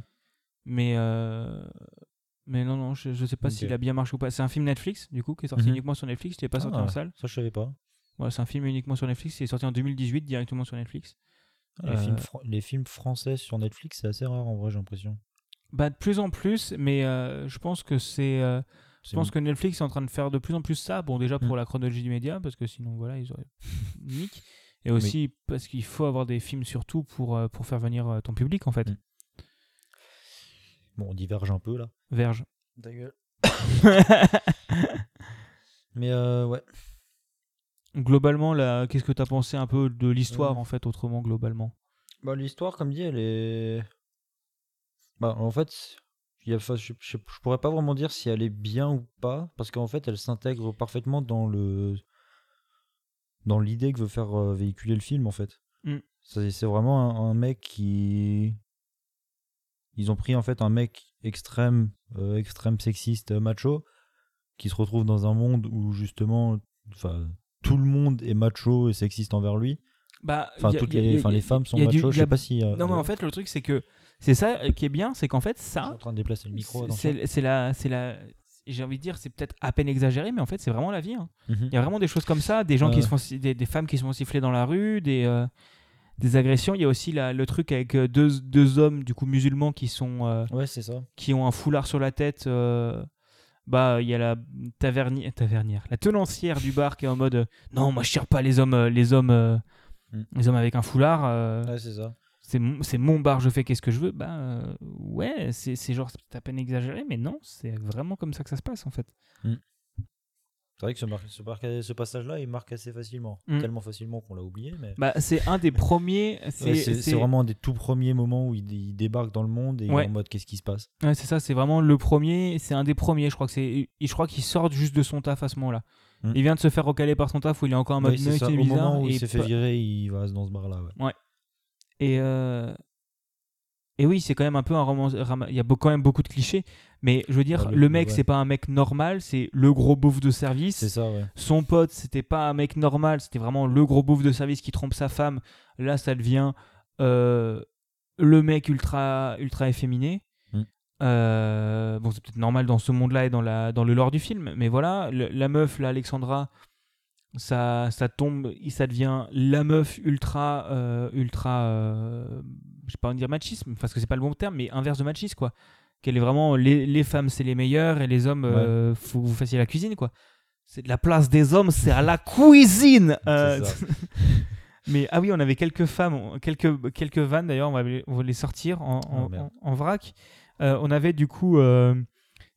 A: Mais, euh, mais non, non, je, je sais pas
B: Ok.
A: s'il a bien marché ou pas. C'est un film Netflix, du coup, qui est sorti
B: Mhm.
A: uniquement sur Netflix, il est pas sorti
B: Ah.
A: en salle.
B: Ça, je savais pas.
A: Voilà, c'est un film uniquement sur Netflix, il est sorti en 2018 directement sur Netflix.
B: Les,
A: Euh,
B: films fran- les films français sur Netflix, c'est assez rare en vrai, j'ai l'impression.
A: Bah, de plus en plus, mais euh, je pense que c'est. euh, je
B: C'est
A: pense que Netflix est en train de faire de plus en plus ça. Bon, déjà pour
B: Mm.
A: la chronologie du média, parce que sinon, voilà, ils auraient nick. Et aussi parce qu'il faut avoir des films surtout pour, euh, pour faire venir euh, ton public, en fait.
B: Mm. Bon, on diverge un peu là.
A: Verge.
B: Ta gueule. Mais euh, ouais.
A: Globalement, là, qu'est-ce que t'as pensé un peu de l'histoire
B: Euh.
A: en fait, autrement globalement
B: Bah, l'histoire, comme dit, elle est. Bah, en fait, il y a- enfin, je, je, je pourrais pas vraiment dire si elle est bien ou pas, parce qu'en fait, elle s'intègre parfaitement dans le dans l'idée que veut faire euh, véhiculer le film, en fait.
A: Mm.
B: C'est c'est vraiment un, un mec qui. Ils ont pris en fait un mec extrême, euh, extrême sexiste, euh, macho, qui se retrouve dans un monde où justement, enfin, tout le monde est macho et sexiste envers lui.
A: Bah,
B: Enfin,
A: y a-
B: toutes
A: y a- y
B: les,
A: a-
B: enfin, les femmes sont
A: y a du-
B: machos. Je
A: y a-
B: sais pas si. euh,
A: Non, mais en fait, le truc, c'est que c'est ça euh, qui est bien, c'est qu'en fait,
B: je suis
A: ça,
B: en train de déplacer le micro.
A: c'est- c'est c'est la, c'est la, j'ai envie de dire, c'est peut-être à peine exagéré, mais en fait, c'est vraiment la vie. hein.
B: Mhm.
A: Il y a vraiment des choses comme ça, des gens qui
B: Ouais.
A: se font, si- des, des femmes qui se font siffler dans la rue, des, euh, des agressions. Il y a aussi la- le truc avec euh, deux, deux hommes du coup musulmans qui sont euh,
B: Ouais, c'est ça.
A: qui ont un foulard sur la tête. euh, bah, il y a la tavernière, tavernière, la tenancière du bar qui est en mode euh, non, moi je tire pas les hommes, euh, les hommes, euh,
B: Mm.
A: les hommes avec un foulard. euh,
B: Ouais, c'est ça.
A: c'est mon- c'est mon bar, je fais qu'est-ce que je veux. Bah euh, ouais, c'est c'est genre c'est à peine exagéré, mais non, c'est vraiment comme ça que ça se passe en fait.
B: C'est vrai que ce, mar- ce, par- ce passage-là, il marque assez facilement.
A: Mm.
B: Tellement facilement qu'on l'a oublié. Mais...
A: Bah c'est un des premiers,
B: Ouais,
A: c'est
B: c'est
A: c'est-
B: c'est vraiment un des tout premiers moments où il, dé- il débarque dans le monde et il est
A: Ouais.
B: en mode qu'est-ce qui se passe.
A: ouais, c'est ça, c'est vraiment le premier, c'est un des premiers. Je crois que c'est, je crois qu'il sort juste de son taf à ce moment-là.
B: Mm.
A: Il vient de se faire recaler par son taf où il est encore en mode
B: Ouais, c'est
A: non,
B: ça.
A: c'est
B: Au
A: bizarre,
B: moment où
A: et
B: il s'est fait
A: pa-
B: virer, il va dans ce bar-là. Ouais.
A: Et, euh, et oui, c'est quand même un peu un roman. rama- Il y a beau- quand même beaucoup de clichés. Mais je veux dire,
B: Ah,
A: le,
B: le-
A: mec,
B: ouais.
A: c'est pas un mec normal, c'est le gros bouffe de
B: C'est
A: service.
B: ça, ouais.
A: Son pote, c'était pas un mec normal, c'était vraiment le gros bouffe de service qui trompe sa femme. Là, ça devient euh, le mec ultra, ultra efféminé.
B: Mm.
A: Euh, bon, c'est peut-être normal dans ce monde-là et dans, la, dans le lore du film, mais voilà, le- la meuf, là, Alexandra, ça, ça tombe, il- ça devient la meuf ultra, euh, ultra, euh, je sais pas envie de dire machisme, parce que c'est pas le bon terme, mais inverse de machisme, quoi. Qu'elle est vraiment, les, les femmes c'est les meilleures et les hommes, euh, faut que vous fassiez la cuisine, quoi. C'est de la place des hommes, c'est à la cuisine. Euh,
B: C'est ça.
A: mais ah oui, on avait quelques femmes, on- quelques, quelques vannes d'ailleurs, on va, les- on va les sortir en, en,
B: Ah, merde.
A: en- en vrac. Euh, on avait du coup, euh,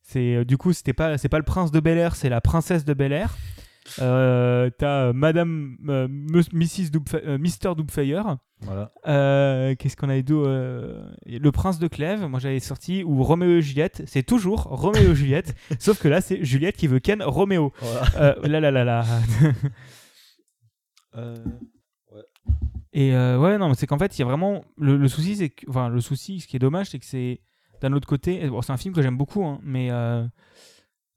A: c'est du coup c'était pas c'est pas le prince de Bel Air, c'est la princesse de Bel Air. Euh, T'as euh, Madame euh, Mus- Mrs. Doubtfe- euh, Mr. Doubtfire.
B: Voilà.
A: Euh, Qu'est-ce qu'on avait d'autre Euh, Le prince de Clèves. Moi j'avais sorti ou Roméo et Juliette. C'est toujours Roméo et Juliette, sauf que là c'est Juliette qui veut Ken Roméo.
B: Voilà.
A: Euh, là là là là.
B: Euh,
A: Et euh, ouais, non, mais c'est qu'en fait, il y a vraiment. Le, le souci, c'est que. Enfin, le souci, ce qui est dommage, c'est que c'est. D'un autre côté, bon, c'est un film que j'aime beaucoup, hein, mais. euh,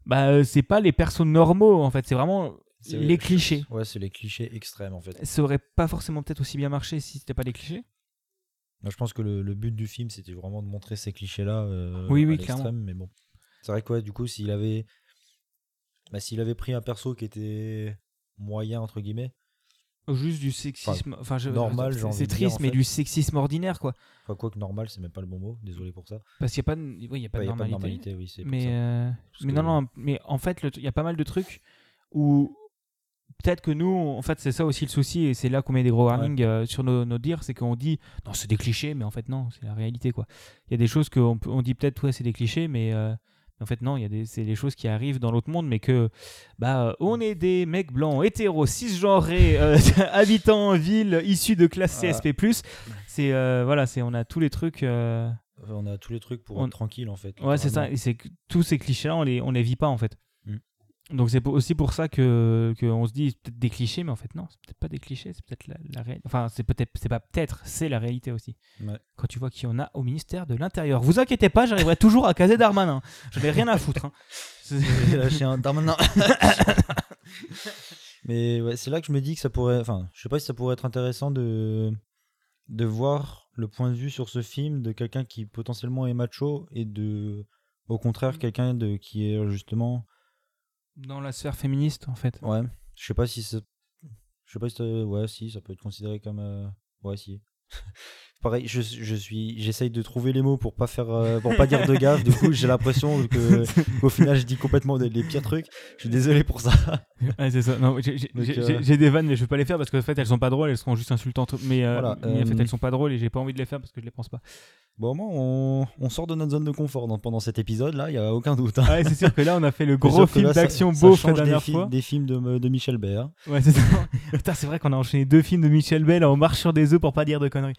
A: bah, euh, c'est pas les persos normaux, en fait. C'est vraiment
B: c'est-
A: les clichés.
B: Ouais, c'est les clichés extrêmes en fait.
A: Ça aurait pas forcément peut-être aussi bien marché si c'était pas les clichés.
B: Non, je pense que le, le but du film, c'était vraiment de montrer ces clichés-là. euh,
A: Oui, oui,
B: à l'extrême,
A: clairement.
B: Mais bon, c'est vrai que ouais, du coup, s'il avait, bah, s'il avait pris un perso qui était moyen entre guillemets,
A: Juste du sexisme. Enfin, je-
B: normal, j'ai envie
A: C'est
B: de dire,
A: triste,
B: en
A: mais
B: fait.
A: du sexisme ordinaire, quoi.
B: enfin quoi que normal, c'est même pas le bon mot. Désolé pour ça.
A: Parce qu'il n'y a, pas de- ouais, il y a pas
B: Enfin,
A: de
B: y a pas de
A: normalité.
B: normalité, oui, c'est pour
A: mais,
B: ça.
A: euh,
B: Parce
A: mais
B: que-
A: non, non, mais en fait, le tru- il y a pas mal de trucs où peut-être que nous, on- en fait, c'est ça aussi le souci, et c'est là qu'on met des gros warnings euh, sur nos, nos dires, c'est qu'on dit non, c'est des clichés, mais en fait, non, c'est la réalité, quoi. Il y a des choses qu'on peut- on dit peut-être, ouais, c'est des clichés, mais euh, en fait, non, il y a des, c'est des choses qui arrivent dans l'autre monde, mais que, bah, euh, on est des mecs blancs, hétéros, cisgenrés, euh, habitants en ville, issus de classe
B: Ouais.
A: CSP. C'est, euh, voilà, c'est, on a tous les trucs. euh,
B: Enfin, on a tous les trucs pour
A: On-
B: être tranquille en fait.
A: Ouais, c'est ça.
B: littéralement.
A: Et c'est que tous ces clichés-là, on les, on les vit pas en fait.
B: Mm.
A: Donc c'est pour- aussi pour ça que qu'on se dit c'est peut-être des clichés, mais en fait non, c'est peut-être pas des clichés, c'est peut-être la, la réalité. Enfin, c'est peut-être, c'est pas peut-être, c'est la réalité aussi.
B: Ouais.
A: Quand tu vois qui on a au ministère de l'Intérieur, vous inquiétez pas, j'arriverai toujours à caser Darmanin. Je n'ai rien à foutre. hein. C'est-
B: J'ai lâché un Darmanin. Mais ouais, c'est là que je me dis que ça pourrait. Enfin, je sais pas si ça pourrait être intéressant de de voir le point de vue sur ce film de quelqu'un qui potentiellement est macho et de au contraire quelqu'un de qui est justement
A: Dans la sphère féministe, en fait.
B: ouais je sais pas si ça... je sais pas si ça- ouais si ça peut être considéré comme euh, ouais si pareil je, je suis j'essaye de trouver les mots pour pas faire euh, pour pas dire de gaffe du coup j'ai l'impression que au final je dis complètement les les pires trucs je suis désolé pour ça
A: Ouais, c'est ça. Non, j'ai- j'ai-
B: Donc,
A: j'ai
B: euh,
A: j'ai- j'ai des vannes, mais je vais pas les faire parce qu'en fait elles sont pas drôles, elles seront juste insultantes. Mais, euh,
B: Voilà,
A: mais en fait
B: euh,
A: elles sont pas drôles et j'ai pas envie de les faire parce que je les pense pas.
B: Bon, au moins, on, on sort de notre zone de confort dans- pendant cet épisode-là, il n'y a aucun doute. hein.
A: Ah ouais, c'est sûr que là on a fait le gros
B: Sauf que
A: film
B: là, ça-
A: d'action
B: ça
A: beau la
B: change des,
A: dernière
B: fi-
A: fois.
B: des films de, de Michel Baer.
A: Ouais, c'est ça. Putain, c'est vrai qu'on a enchaîné deux films de Michel Bell en marche sur des œufs pour pas dire de conneries.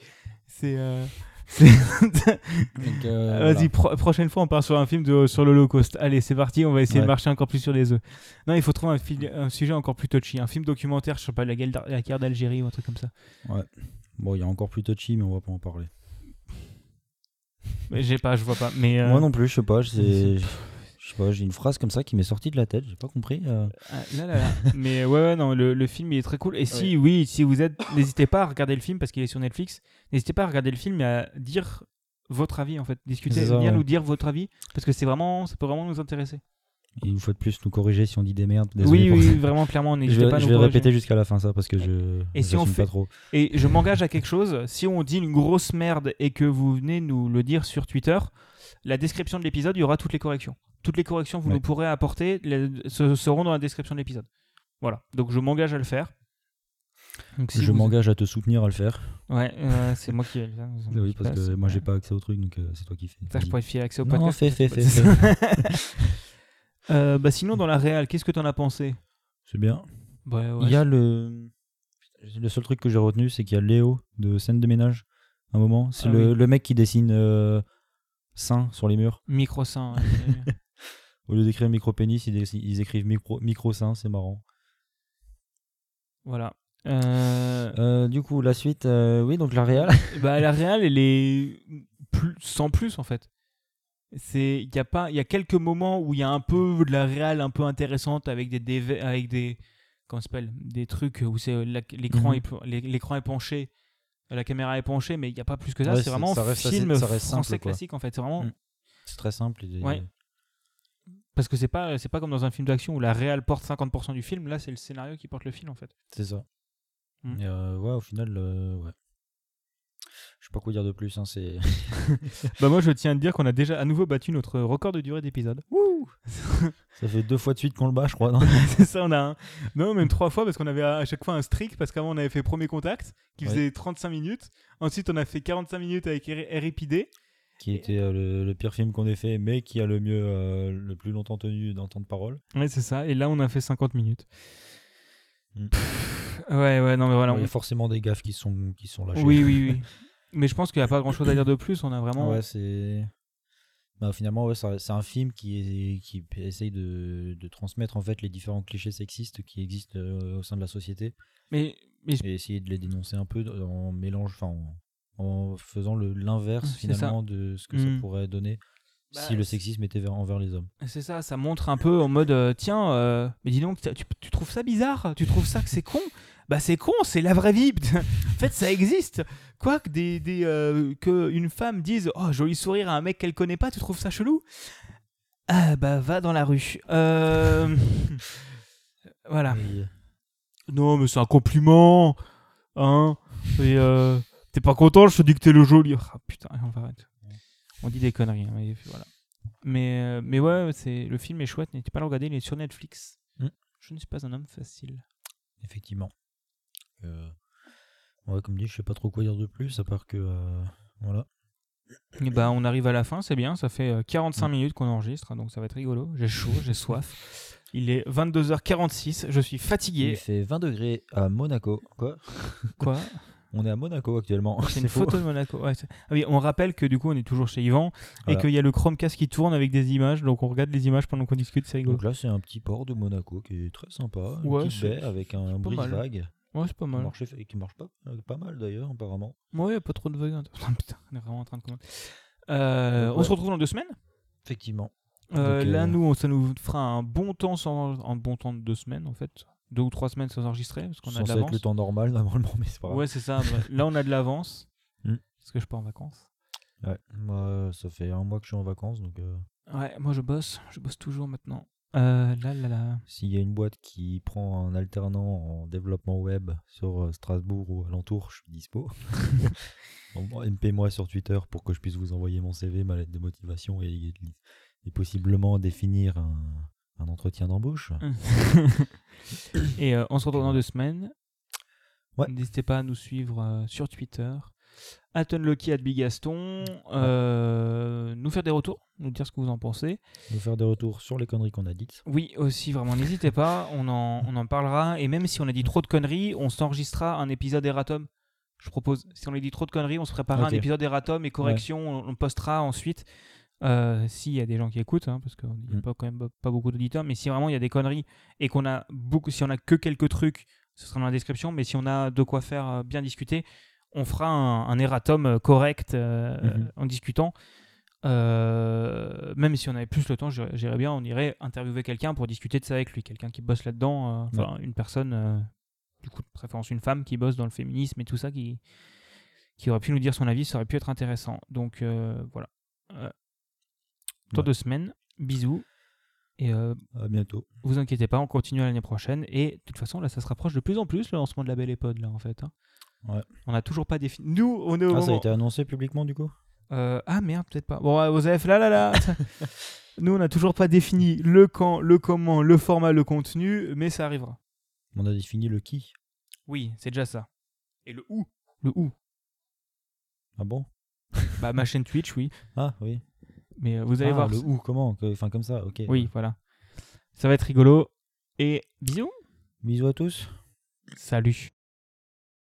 A: C'est. euh, c'est-
B: Donc, euh,
A: Ah, Vas-y, pro- prochaine fois on part sur un film de, sur l'Holocauste. Allez, c'est parti, on va essayer de
B: Ouais.
A: marcher encore plus sur les œufs. Non, il faut trouver un, fil- un sujet encore plus touchy, un film documentaire, je sais pas, la guerre d'Al- la guerre d'Algérie ou un truc comme ça.
B: Bon, il y a encore plus touchy, mais on va pas en parler.
A: Mais J'ai pas, je vois pas. Mais euh,
B: Moi non plus, je sais pas. c'est- Je sais pas, j'ai une phrase comme ça qui m'est sortie de la tête, j'ai pas compris. euh.
A: Ah, là, là, là. Mais ouais, ouais, non, le, le film il est très cool. Et si, oui, si vous êtes, n'hésitez pas à regarder le film parce qu'il est sur Netflix. N'hésitez pas à regarder le film et à dire votre avis en fait, discuter,
B: C'est ça,
A: venir
B: ouais.
A: nous dire votre avis parce que c'est vraiment, ça peut vraiment nous intéresser.
B: Et une fois de plus, nous corriger si on dit des merdes.
A: Oui,
B: désolé pour
A: oui,
B: ça.
A: vraiment, clairement,
B: Je
A: n'hésitez
B: vais,
A: pas à
B: je
A: nous
B: vais
A: corriger.
B: répéter jusqu'à la fin ça parce que je.
A: Et si on
B: j'assume
A: fait-
B: pas trop.
A: Et je m'engage à quelque chose. Si on dit une grosse merde et que vous venez nous le dire sur Twitter, la description de l'épisode, il y aura toutes les corrections. Toutes les corrections que vous
B: Ouais.
A: nous pourrez apporter les- se- seront dans la description de l'épisode. Voilà. Donc je m'engage à le faire. Donc, si
B: je
A: vous-
B: m'engage à te soutenir à le faire.
A: Ouais, euh, c'est moi qui vais le faire. C'est moi
B: Oui,
A: qui
B: parce
A: passe.
B: que moi, j'ai
A: Ouais.
B: pas accès au truc, donc euh, c'est toi qui fais.
A: Ça, je
B: Vas-y.
A: pourrais te filer accès au
B: Non,
A: podcast.
B: fais, fais, fais,
A: Euh, bah, sinon, dans la réal, qu'est-ce que t'en as pensé
B: C'est bien.
A: Ouais, Bah, ouais.
B: Il y a le. Le seul truc que j'ai retenu, c'est qu'il y a Léo de scène de ménage. Un moment, c'est
A: Ah
B: le,
A: oui.
B: le mec qui dessine euh, sein sur les murs.
A: Micro sain. ouais, c'est bien.
B: Au lieu d'écrire micro pénis, ils, dessinent- ils écrivent micro, micro sein, c'est marrant.
A: voilà. Euh,
B: Euh, du coup, la suite, euh, oui, donc la réal.
A: bah, la réal, elle est plus, sans plus en fait. C'est, il y a pas, il y a quelques moments où il y a un peu de la réal un peu intéressante avec des déve- avec des comment ça s'appelle, des trucs où c'est euh, la- l'écran
B: Mhm.
A: est pe- l'é- l'écran est penché, euh, la caméra est penchée, mais il n'y a pas plus que ça.
B: Ouais,
A: c'est
B: c'est-
A: vraiment
B: ça reste assez-
A: film
B: ça reste
A: français
B: simple, quoi.
A: classique en fait. C'est vraiment
B: Mhm. C'est très simple. et-
A: Ouais. Parce que c'est pas, c'est pas comme dans un film d'action où la réal porte 50% du film. Là, c'est le scénario qui porte le film, en fait.
B: C'est ça.
A: Mm.
B: Et, euh, ouais, au final, euh, ouais. Je sais pas quoi dire de plus. hein, c'est...
A: Bah, moi, je tiens à te dire qu'on a déjà à nouveau battu notre record de durée d'épisode.
B: ça fait deux fois de suite qu'on le bat, je crois. non
A: c'est ça, on a un. Non, même trois fois, parce qu'on avait à à chaque fois un streak. Parce qu'avant, on avait fait premier contact, qui
B: Ouais.
A: faisait 35 minutes. Ensuite, on a fait 45 minutes avec R- RIPD.
B: qui était euh, le, le pire film qu'on ait fait, mais qui a le mieux, euh, le plus longtemps tenu dans le temps de parole.
A: Ouais, c'est ça. Et là, on a fait 50 minutes.
B: Mm.
A: Pff, ouais, ouais, Ah non, mais voilà.
B: Ouais,
A: on-
B: Il y a forcément des gaffes qui sont, qui sont lâchées. Ah
A: Oui, oui, oui. mais je pense qu'il n'y a pas grand chose à dire de plus. On a vraiment.
B: Ouais, c'est. Bah, finalement, ouais, ça- c'est un film qui, est- qui essaye de, de transmettre en fait les différents clichés sexistes qui existent euh, au sein de la société
A: Mais, mais je-
B: et essayer de les dénoncer un peu en mélange, enfin en, en faisant le- l'inverse
A: C'est ça.
B: finalement de ce que
A: Mm.
B: ça pourrait donner
A: Bah,
B: si le sexisme était vers- envers les hommes.
A: C'est ça, ça montre un peu en mode euh, tiens, euh, mais dis donc, tu, tu trouves ça bizarre Tu trouves ça que c'est con Bah c'est con, c'est la vraie vie. en fait, ça existe. Quoi que des, des euh, que une femme dise oh joli sourire à un mec qu'elle connaît pas, tu trouves ça chelou Ah bah va dans la rue. Euh, voilà.
B: Et-
A: Non mais c'est un compliment, hein Et euh, t'es pas content, je te dis que t'es le joli. Ah putain, on va arrêter. On dit des conneries, hein, mais voilà. Mais, euh, mais ouais, c'est le film est chouette, n'hésitez pas à le regarder, il est sur Netflix.
B: Mm.
A: Je ne suis pas un homme facile.
B: Effectivement. Euh, ouais, comme dit, je sais pas trop quoi dire de plus, à part que. euh, voilà.
A: Et bah, on arrive à la fin, c'est bien. Ça fait euh, 45 minutes qu'on enregistre, donc ça va être rigolo. J'ai chaud, j'ai soif. Il est 22h46, je suis
B: Il
A: fatigué.
B: fait 20 degrés à Monaco. Quoi
A: Quoi
B: On est à Monaco actuellement.
A: C'est une
B: faux.
A: photo de Monaco. ouais, c'est- ah oui, on rappelle que du coup, on est toujours chez Yvan et
B: Voilà.
A: qu'il y a le Chromecast qui tourne avec des images. Donc on regarde les images pendant qu'on discute, c'est rigolo.
B: Donc là, c'est un petit port de Monaco qui est très sympa. Une
A: Ouais,
B: petite
A: c'est-
B: baie avec un
A: pas mal.
B: brise-vague.
A: Ouais, c'est pas
B: Qui
A: mal.
B: marche, eff- qui marche pas, euh, pas mal d'ailleurs, apparemment.
A: Ouais, pas trop de vagues. Putain, on est vraiment en train de commenter. Euh,
B: Donc,
A: On se
B: ouais.
A: retrouve dans deux semaines.
B: Effectivement.
A: Euh,
B: Donc,
A: là,
B: euh,
A: nous, on- ça nous fera un bon temps sans un bon temps de deux semaines en fait, deux ou trois semaines sans enregistrer parce qu'on a de
B: Censé être
A: l'avance.
B: le temps normal, normalement, mais c'est pas grave.
A: Ouais, c'est ça. bah, là, on a de l'avance
B: Hmm.
A: parce que je pars en vacances.
B: Ouais. Moi, euh, ça fait un mois que je suis en vacances, donc euh,
A: Ouais, moi je bosse, je bosse toujours maintenant. Euh, là, là, là.
B: s'il y a une boîte qui prend un alternant en développement web sur euh, Strasbourg ou alentour, je suis dispo. Envoie- MP-moi sur Twitter pour que je puisse vous envoyer mon CV, ma lettre de motivation et, et possiblement définir un, un entretien d'embauche.
A: Et euh, on se retrouve dans deux semaines.
B: Ouais.
A: N'hésitez pas à nous suivre euh, sur Twitter. Atonloki at Bigaston. euh, nous faire des retours, nous dire ce que vous en pensez.
B: Nous faire des retours sur les conneries qu'on a dites.
A: Oui, aussi, vraiment, n'hésitez pas, on en, on en parlera. Et même si on a dit trop de conneries, on s'enregistrera un épisode Erratum. Je propose, si on a dit trop de conneries, on se préparera
B: Ok.
A: un épisode Erratum et correction, on, on postera ensuite. Euh, S'il y a des gens qui écoutent, hein, parce qu'il n'y a
B: Mm.
A: pas, quand même pas- pas beaucoup d'auditeurs, mais si vraiment il y a des conneries et qu'on a beaucoup, si on a que quelques trucs, ce sera dans la description, mais si on a de quoi faire euh, bien discuter, on fera un, un erratum euh, correct euh,
B: Mhm.
A: en discutant. Euh, même si on avait plus le temps, j'irais j'irais bien, on irait interviewer quelqu'un pour discuter de ça avec lui, quelqu'un qui bosse là-dedans, euh, enfin une personne, euh, du coup de préférence une femme qui bosse dans le féminisme et tout ça, qui, qui aurait pu nous dire son avis, ça aurait pu être intéressant. Donc euh, voilà. Euh, dans
B: Ouais.
A: deux semaines, bisous. Et euh,
B: À bientôt.
A: vous inquiétez pas, on continue l'année prochaine. Et de toute façon, là, ça se rapproche de plus en plus le lancement de la Belle Épode, là, en fait. hein.
B: Ouais.
A: On n'a toujours pas défini. Nous, on est au
B: Ah, ça a
A: moment-
B: été annoncé publiquement du coup
A: Euh, ah merde, peut-être pas. Bon, vous avez fait là, là, là. Ça- Nous, on n'a toujours pas défini le quand, le comment, le format, le contenu, mais ça arrivera.
B: On a défini le qui.
A: Oui, c'est déjà ça. Et le où Le où
B: Ah bon
A: Bah, ma chaîne Twitch, oui.
B: Ah oui.
A: Mais euh, vous allez
B: Ah,
A: voir.
B: le ou comment que- Enfin comme ça, ok.
A: Oui, voilà. Ça va être rigolo. Et bisous.
B: Bisous à tous.
A: Salut.